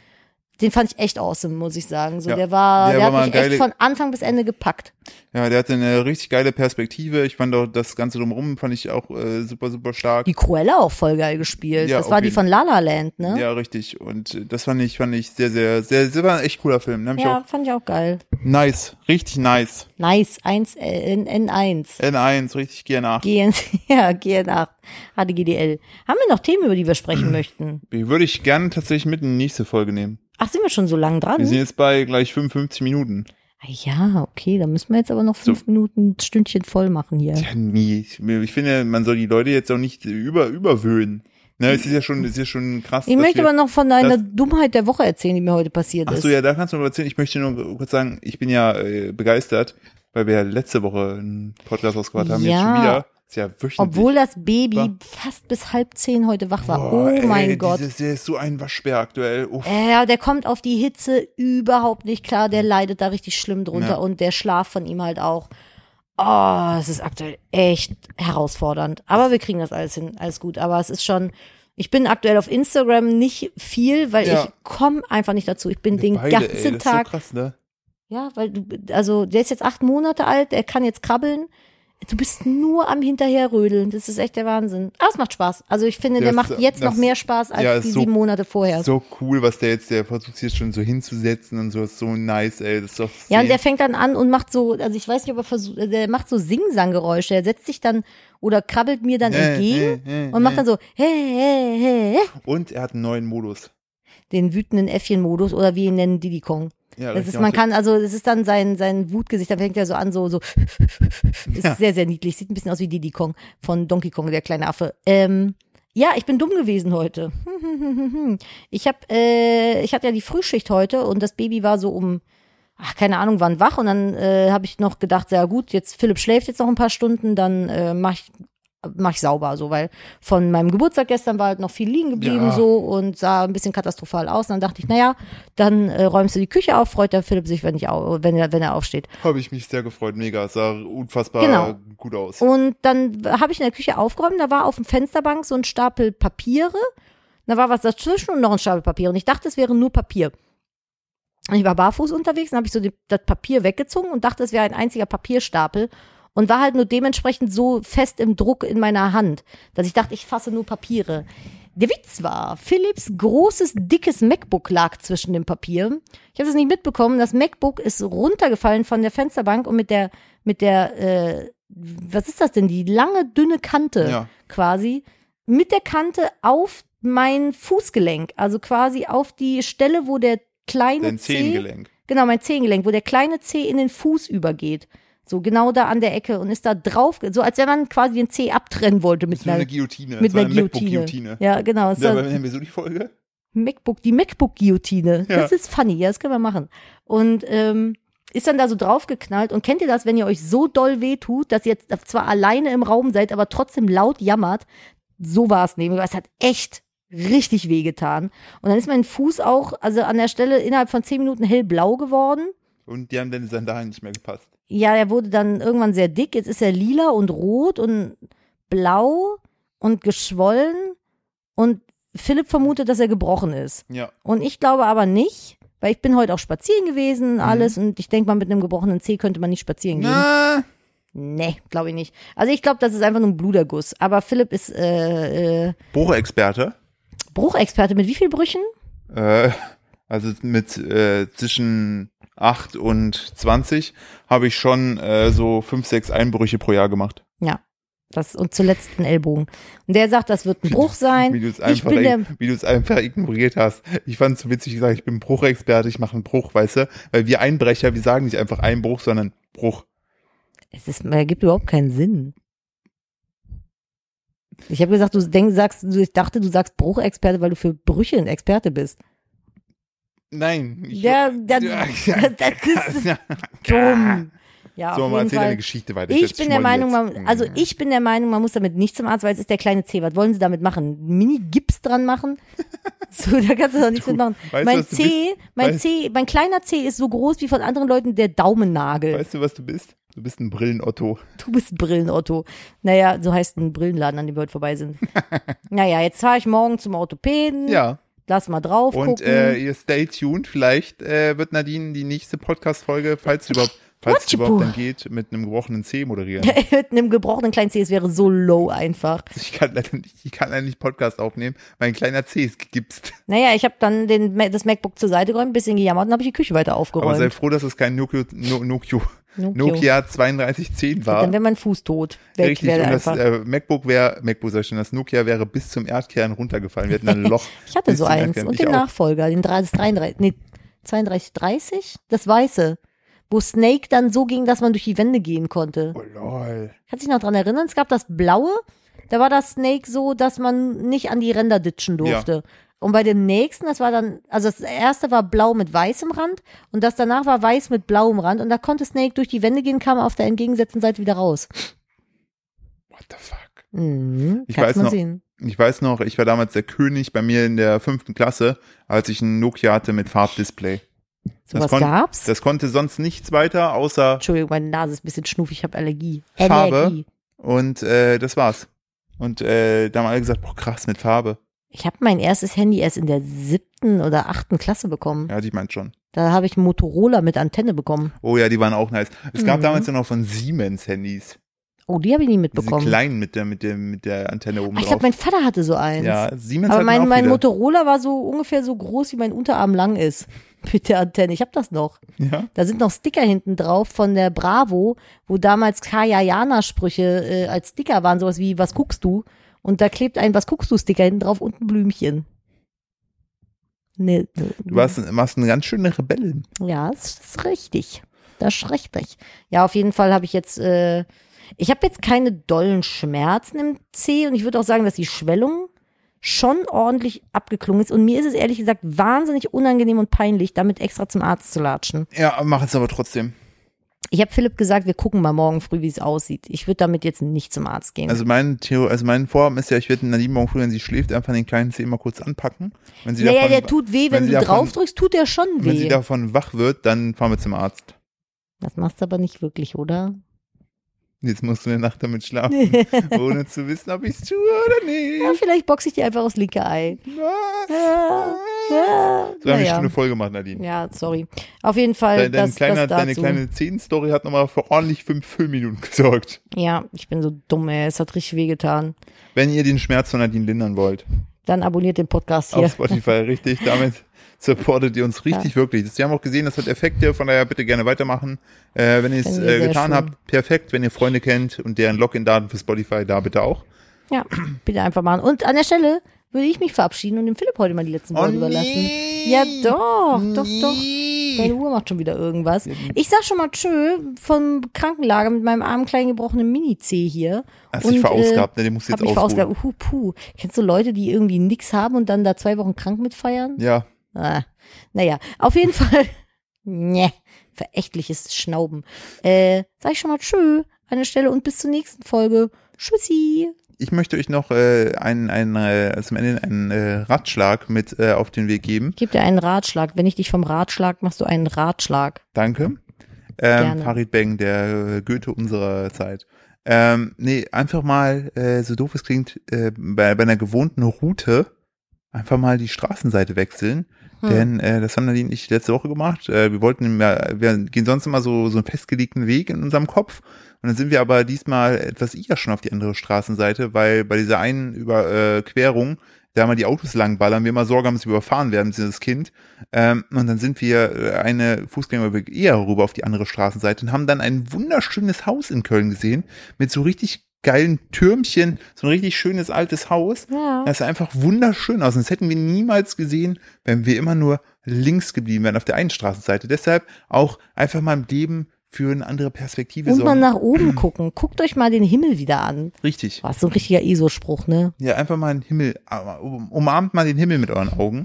den fand ich echt awesome, muss ich sagen. So,
Ja.
der war, der,
Der war mal
hat mich
geile-
echt von Anfang bis Ende gepackt.
ja, der hatte eine richtig geile Perspektive. Ich fand auch das Ganze drumherum, fand ich auch äh, super, super stark.
Die Cruella auch voll geil gespielt.
Ja,
das
auf
war die
jeden-
von La La Land, ne?
Ja, richtig. Und äh, das fand ich, fand ich sehr, sehr, sehr, sehr war ein echt cooler Film. Den hab ich
Ja, fand ich auch geil.
auch nice, richtig nice.
Nice, 1, äh, N- N1.
N1, richtig GNA.
GN, ja, GN8, HDGDL. Haben wir noch Themen, über die wir sprechen möchten?
Würde ich gerne tatsächlich mit in die nächste Folge nehmen.
Ach, sind wir schon so lang dran?
Wir sind jetzt bei gleich 55 Minuten.
Ah Ja, okay, dann müssen wir jetzt aber noch fünf Minuten Stündchen voll machen hier.
Ja, nee, ich, ich finde, man soll die Leute jetzt auch nicht über, überwöhnen. Ne, es ist ja schon, es ist ja schon krass.
Ich
dass
möchte
wir-
aber noch von einer
das-
Dummheit der Woche erzählen, die mir heute passiert
Ach
ist.
so, ja, da kannst du noch erzählen. Ich möchte nur kurz sagen, ich bin ja äh, begeistert, weil wir ja letzte Woche einen Podcast rausgebracht haben. Jetzt
Ja.
schon wieder. Ist ja wöchentlich.
Obwohl das Baby
Wa-
fast bis halb zehn heute wach war.
Boah,
oh
ey,
mein Gott.
Dieses, der ist so ein Waschbär aktuell. Uff.
Äh, ja, der kommt auf die Hitze überhaupt nicht klar. Der leidet da richtig schlimm drunter
Ja.
und der Schlaf von ihm halt auch. Oh, es ist aktuell echt herausfordernd. Aber wir kriegen das alles hin, alles gut. Aber es ist schon, Ich bin aktuell auf Instagram nicht viel, weil
Ja.
ich komme einfach nicht dazu. Ich bin den
Beide, ey,
ganzen
das
Tag
Ist so krass, ne?
Ja, weil du, also der ist jetzt acht Monate alt, er kann jetzt krabbeln. Du bist nur am Hinterherrödeln. Das ist echt der Wahnsinn. Aber es macht Spaß. Also ich finde,
Ja,
der
es-
macht jetzt noch
das-
mehr Spaß als
ja,
die
ist so-
sieben Monate vorher.
So cool, was der jetzt, der versucht sich jetzt schon so hinzusetzen und so, ist so nice, ey. Das ist doch
ja, und
sehen.
der fängt dann an und macht so, also ich weiß nicht, ob er versucht, also der macht so Singsang-Geräusche. Er setzt sich dann oder krabbelt mir dann
Äh,
entgegen
äh, äh,
und macht
äh.
dann so, hä, hä, hä, hä,
Und er hat einen neuen Modus.
den wütenden Äffchen-Modus oder wie ihn nennen, Diddy Kong.
Ja,
Das ist,
ich
man
auch-
kann, also es ist dann sein, sein Wutgesicht, da fängt er so an, so, so. Ist
Ja.
sehr, sehr niedlich. Sieht ein bisschen aus wie Diddy Kong von Donkey Kong, der kleine Affe. Ähm, ja, ich bin dumm gewesen heute. Ich hab, äh, ich hatte ja die Frühschicht heute und das Baby war so um, ach, keine Ahnung, wann wach. Und dann äh, habe ich noch gedacht, ja gut, jetzt Philipp schläft jetzt noch ein paar Stunden, dann äh, mach ich mach ich sauber, so, weil von meinem Geburtstag gestern war halt noch viel liegen geblieben,
Ja.
so, und sah ein bisschen katastrophal aus. Und dann dachte ich, naja, dann äh, räumst du die Küche auf, freut der Philipp sich, wenn, ich au wenn, er, wenn er aufsteht.
Habe ich mich sehr gefreut, mega. Sah unfassbar
Genau.
gut aus.
Und dann habe ich in der Küche aufgeräumt, da war auf dem Fensterbank so ein Stapel Papiere, da war was dazwischen und noch ein Stapel Papier. Und ich dachte, es wäre nur Papier. Und ich war barfuß unterwegs, dann habe ich so die, das Papier weggezogen und dachte, es wäre ein einziger Papierstapel. Und war halt nur dementsprechend so fest im Druck in meiner Hand, dass ich dachte, ich fasse nur Papiere. Der Witz war, Philips großes, dickes MacBook lag zwischen dem Papier. Ich habe es nicht mitbekommen. Das MacBook ist runtergefallen von der Fensterbank und mit der, mit der, äh, was ist das denn? Die lange, dünne Kante
Ja.
quasi, mit der Kante auf mein Fußgelenk. Also quasi auf die Stelle, wo der kleine
Dein
Zeh
Zehengelenk.
Genau, mein Zehengelenk, wo der kleine Zeh in den Fuß übergeht. So genau da an der Ecke und ist da drauf, so als wenn man quasi den Zeh abtrennen wollte mit
So eine
einer,
Guillotine.
mit
so
einer
eine
Guillotine.
MacBook-Guillotine.
Ja, genau. Ist
Ja,
das
aber nennen wir so die Folge?
MacBook, die MacBook-Guillotine.
Ja.
Das ist funny, ja, das können wir machen. Und ähm, ist dann da so draufgeknallt und kennt ihr das, wenn ihr euch so doll wehtut, dass ihr jetzt zwar alleine im Raum seid, aber trotzdem laut jammert? So war es nämlich. weil Es hat echt richtig wehgetan. Und dann ist mein Fuß auch, also an der Stelle innerhalb von zehn Minuten hellblau geworden.
Und die haben deine Sandalen nicht mehr gepasst.
ja, er wurde dann irgendwann sehr dick. Jetzt ist er lila und rot und blau und geschwollen. Und Philipp vermutet, dass er gebrochen ist.
Ja.
Und ich glaube aber nicht, weil ich bin heute auch spazieren gewesen und alles. Und ich denke mal, mit einem gebrochenen Zeh könnte man nicht spazieren gehen.
Na,
Nee, glaube ich nicht. Also ich glaube, das ist einfach nur ein Bluterguss. Aber Philipp ist äh, äh,
Bohrexperte.
Bruchexperte mit wie viel Brüchen?
Äh, also mit äh, zwischen 8 und 20 habe ich schon äh, so 5, 6 Einbrüche pro Jahr gemacht.
Das, und zuletzt ein Ellbogen. Und der sagt, das wird ein Bruch sein.
Wie du es
Ich
einfach,
bin der,
wie du es einfach ignoriert hast. Ich fand es so witzig, ich sage, ich bin Bruchexperte, ich mache einen Bruch, weißt du? Weil wir Einbrecher, wir sagen nicht einfach Einbruch, sondern Bruch.
Es ist, ergibt überhaupt keinen Sinn. Ich habe gesagt, du denk, sagst, du, ich dachte, du sagst Bruchexperte, weil du für Brüche ein Experte bist.
Nein. Ich,
Ja, dann, das ist dumm. Ja,
so,
auf
mal
jeden
erzähl
Fall.
deine Geschichte weiter.
Ich
setz
bin
dich
der
mal
Meinung,
jetzt. Mhm.
man, also ich bin der Meinung, man muss damit nicht zum Arzt, weil es ist der kleine Zeh. Was wollen sie damit machen? Mini-Gips dran machen? So, da kannst du doch nichts
Du,
mit machen.
weißt du,
Mein
was du
Zeh, mein
Weißt-
Zeh, mein kleiner Zeh ist so groß wie von anderen Leuten der Daumennagel.
Weißt du, was du bist? Du bist ein Brillenotto.
Du bist Brillenotto. Naja, so heißt ein Brillenladen, an dem wir heute vorbei sind. naja, jetzt fahre ich morgen zum Orthopäden.
Ja.
Lass mal drauf
Und
Hm, gucken.
äh, ihr stay tuned. Vielleicht äh, wird Nadine die nächste Podcast-Folge, falls sie überhaupt, falls sie
Watschibu.
überhaupt dann geht, mit einem gebrochenen C moderieren.
mit einem gebrochenen kleinen C, es wäre so low einfach.
Ich kann leider nicht, ich kann leider nicht Podcast aufnehmen. Mein kleiner C ist gegipst.
Naja, ich habe dann den, Ma- das MacBook zur Seite geräumt, ein bisschen gejammert und habe ich die Küche weiter
Aber sei
aufgeräumt.
froh, dass es kein Nokia, no, Nokia,
Nokia.
Nokia 3210 war.
Dann wäre mein Fuß tot. Weg
Richtig,
wäre
und das
einfach.
äh, MacBook wäre, MacBook sag ich schon, das Nokia wäre bis zum Erdkern runtergefallen. Wir hätten ein Loch.
ich hatte
bis
so
zum
eins.
Erdkern.
Und
Ich
den
auch.
Nachfolger, den 3 das 33, nee, 32, 30? Das weiße. Wo Snake dann so ging, dass man durch die Wände gehen konnte.
Oh lol.
Kannst dich noch dran erinnern? Es gab das Blaue, da war das Snake so, dass man nicht an die Ränder ditchen durfte. Und bei dem nächsten, das war dann, also das erste war blau mit weißem Rand und das danach war weiß mit blauem Rand und da konnte Snake durch die Wände gehen, kam auf der entgegengesetzten Seite wieder raus.
What the fuck?
Mhm,
Ich
kannst
weiß
man
noch-
sehen.
Ich weiß noch, ich war damals der König bei mir in der fünften Klasse, als ich ein Nokia hatte mit Farbdisplay.
Sowas
kon-
gab's?
Das konnte sonst nichts weiter, außer
Entschuldigung, meine Nase ist ein bisschen schnuffig, ich habe Allergie.
Farbe?
Allergie.
und äh, das war's. Und äh, da haben alle gesagt, boah krass, mit Farbe.
Ich habe mein erstes Handy erst in der siebten oder achten Klasse bekommen.
Ja, ich meint schon.
Da habe ich einen Motorola mit Antenne bekommen.
Oh ja, die waren auch nice. Es gab
Mhm.
damals ja noch von Siemens Handys.
Oh, die habe ich nie
Diese
mitbekommen.
kleinen mit der, mit der, mit der Antenne oben
Ah, ich
drauf.
glaube, mein Vater hatte so eins.
ja, Siemens
Aber
hatten
mein,
auch
mein
viele.
Motorola war so ungefähr so groß, wie mein Unterarm lang ist. Mit der Antenne. Ich habe das noch.
Ja.
Da sind noch Sticker hinten drauf von der Bravo, wo damals Kajayana-Sprüche äh, als Sticker waren, sowas wie Was guckst du? Und da klebt ein Was guckst du Sticker hinten drauf und ein Blümchen. Ne,
Du warst, warst eine ganz schöne Rebellin.
Ja, das ist richtig. Das ist richtig. Ja, auf jeden Fall habe ich jetzt, äh, ich habe jetzt keine dollen Schmerzen im Zeh und ich würde auch sagen, dass die Schwellung schon ordentlich abgeklungen ist und mir ist es ehrlich gesagt wahnsinnig unangenehm und peinlich, damit extra zum Arzt zu latschen.
Ja, mach es aber trotzdem.
Ich habe Philipp gesagt, wir gucken mal morgen früh, wie es aussieht. Ich würde damit jetzt nicht zum Arzt gehen.
Also mein, Theo, also mein Vorhaben ist ja, ich werde Nadine morgen früh, wenn sie schläft, einfach den kleinen Zeh mal kurz anpacken. Wenn sie
naja,
davon,
der tut
wenn
weh, wenn,
sie
du
davon-
draufdrückst, tut der schon
wenn sie
weh.
davon wach wird, dann fahren wir zum Arzt.
Das machst du aber nicht wirklich, oder?
Jetzt musst du eine Nacht damit schlafen, ohne zu wissen, ob ich es tue oder
Ja,
nicht.
vielleicht boxe ich dir einfach aufs linke Ei.
Was?
Ja, ja,
So haben wir
naja.
schon eine Folge gemacht, Nadine.
Ja, sorry. Auf jeden Fall,
deine, deine
das,
kleine,
das dazu.
deine kleine 10-Story hat nochmal für ordentlich fünf Füllminuten gesorgt.
Ja, ich bin so dumm, ey. Es hat richtig wehgetan.
Wenn ihr den Schmerz von Nadine lindern wollt,
Dann abonniert den Podcast hier.
auf Spotify richtig, damit supportet ihr uns richtig wirklich. Das, wir haben auch gesehen, das hat Effekte, von daher bitte gerne weitermachen. Äh, wenn ihr es
Fänden wir
äh,
sehr
getan
schön.
habt, perfekt. Wenn ihr Freunde kennt und deren Login-Daten für Spotify, da bitte auch.
Ja, bitte einfach machen. Und an der Stelle würde ich mich verabschieden und dem Philipp heute mal die letzten
Oh
Worte überlassen. Ja, doch, doch, doch. Deine
doch.
Uhr macht schon wieder irgendwas. Ich sag schon mal tschö vom Krankenlager mit meinem armen kleinen gebrochenen Mini-C hier.
Hast dich
Und, äh,
verausgabt, ne? Den musst du
Hab
jetzt
mich verausgabt.
ausruhen.
Uhu, puh. Kennst du Leute, die irgendwie nix haben und dann da zwei Wochen krank mitfeiern?
Ja,
Ah, naja, auf jeden Fall. ne, verächtliches Schnauben. Äh, sag ich schon mal tschö an der Stelle und bis zur nächsten Folge. Tschüssi.
ich möchte euch noch äh, einen, einen, äh, zum Ende einen äh, Ratschlag mit äh, auf den Weg geben.
Ich geb dir einen Ratschlag. Wenn ich dich vom Ratschlag, machst du einen Ratschlag.
Danke. Ähm,
Gerne.
Farid Beng, der äh, Goethe unserer Zeit. Ähm, nee, einfach mal, äh, so doof es klingt, äh, bei, bei einer gewohnten Route einfach mal die Straßenseite wechseln.
Hm.
Denn äh, das haben Nadine und ich letzte Woche gemacht. Äh, wir wollten, ja- wir gehen sonst immer so, so einen festgelegten Weg in unserem Kopf. Und dann sind wir aber diesmal etwas eher schon auf die andere Straßenseite, weil bei dieser einen Überquerung, da mal die Autos langballern, wir immer Sorge haben, dass wir überfahren werden, dieses Kind. Ähm, und dann sind wir äh, eine Fußgängerüberweg eher rüber auf die andere Straßenseite und haben dann ein wunderschönes Haus in Köln gesehen mit so richtig geilen Türmchen, so ein richtig schönes altes Haus.
Ja.
Das sah einfach wunderschön aus. Und das hätten wir niemals gesehen, wenn wir immer nur links geblieben wären auf der einen Straßenseite. Deshalb auch einfach mal im Leben für eine andere Perspektive
Und mal
sorgen.
nach oben gucken. Guckt euch mal den Himmel wieder an.
Richtig.
War so ein richtiger ESO-Spruch, ne?
Ah. Ja, einfach mal den Himmel, aber um- umarmt mal den Himmel mit euren Augen.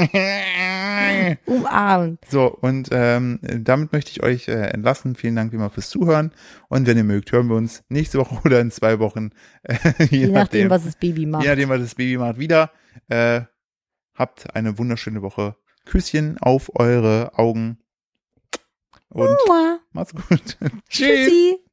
Und
Umarmen.
So, und ähm, damit möchte ich euch äh, entlassen. Vielen Dank wie immer fürs Zuhören. Und wenn ihr mögt, hören wir uns nächste Woche oder in zwei Wochen. Äh, je,
Je nachdem,
nachdem,
was das Baby macht.
je nachdem, was das Baby macht, wieder. Äh, habt eine wunderschöne Woche. Küsschen auf eure Augen. Und
Mua.
macht's gut. Tschüss.
Tschüssi.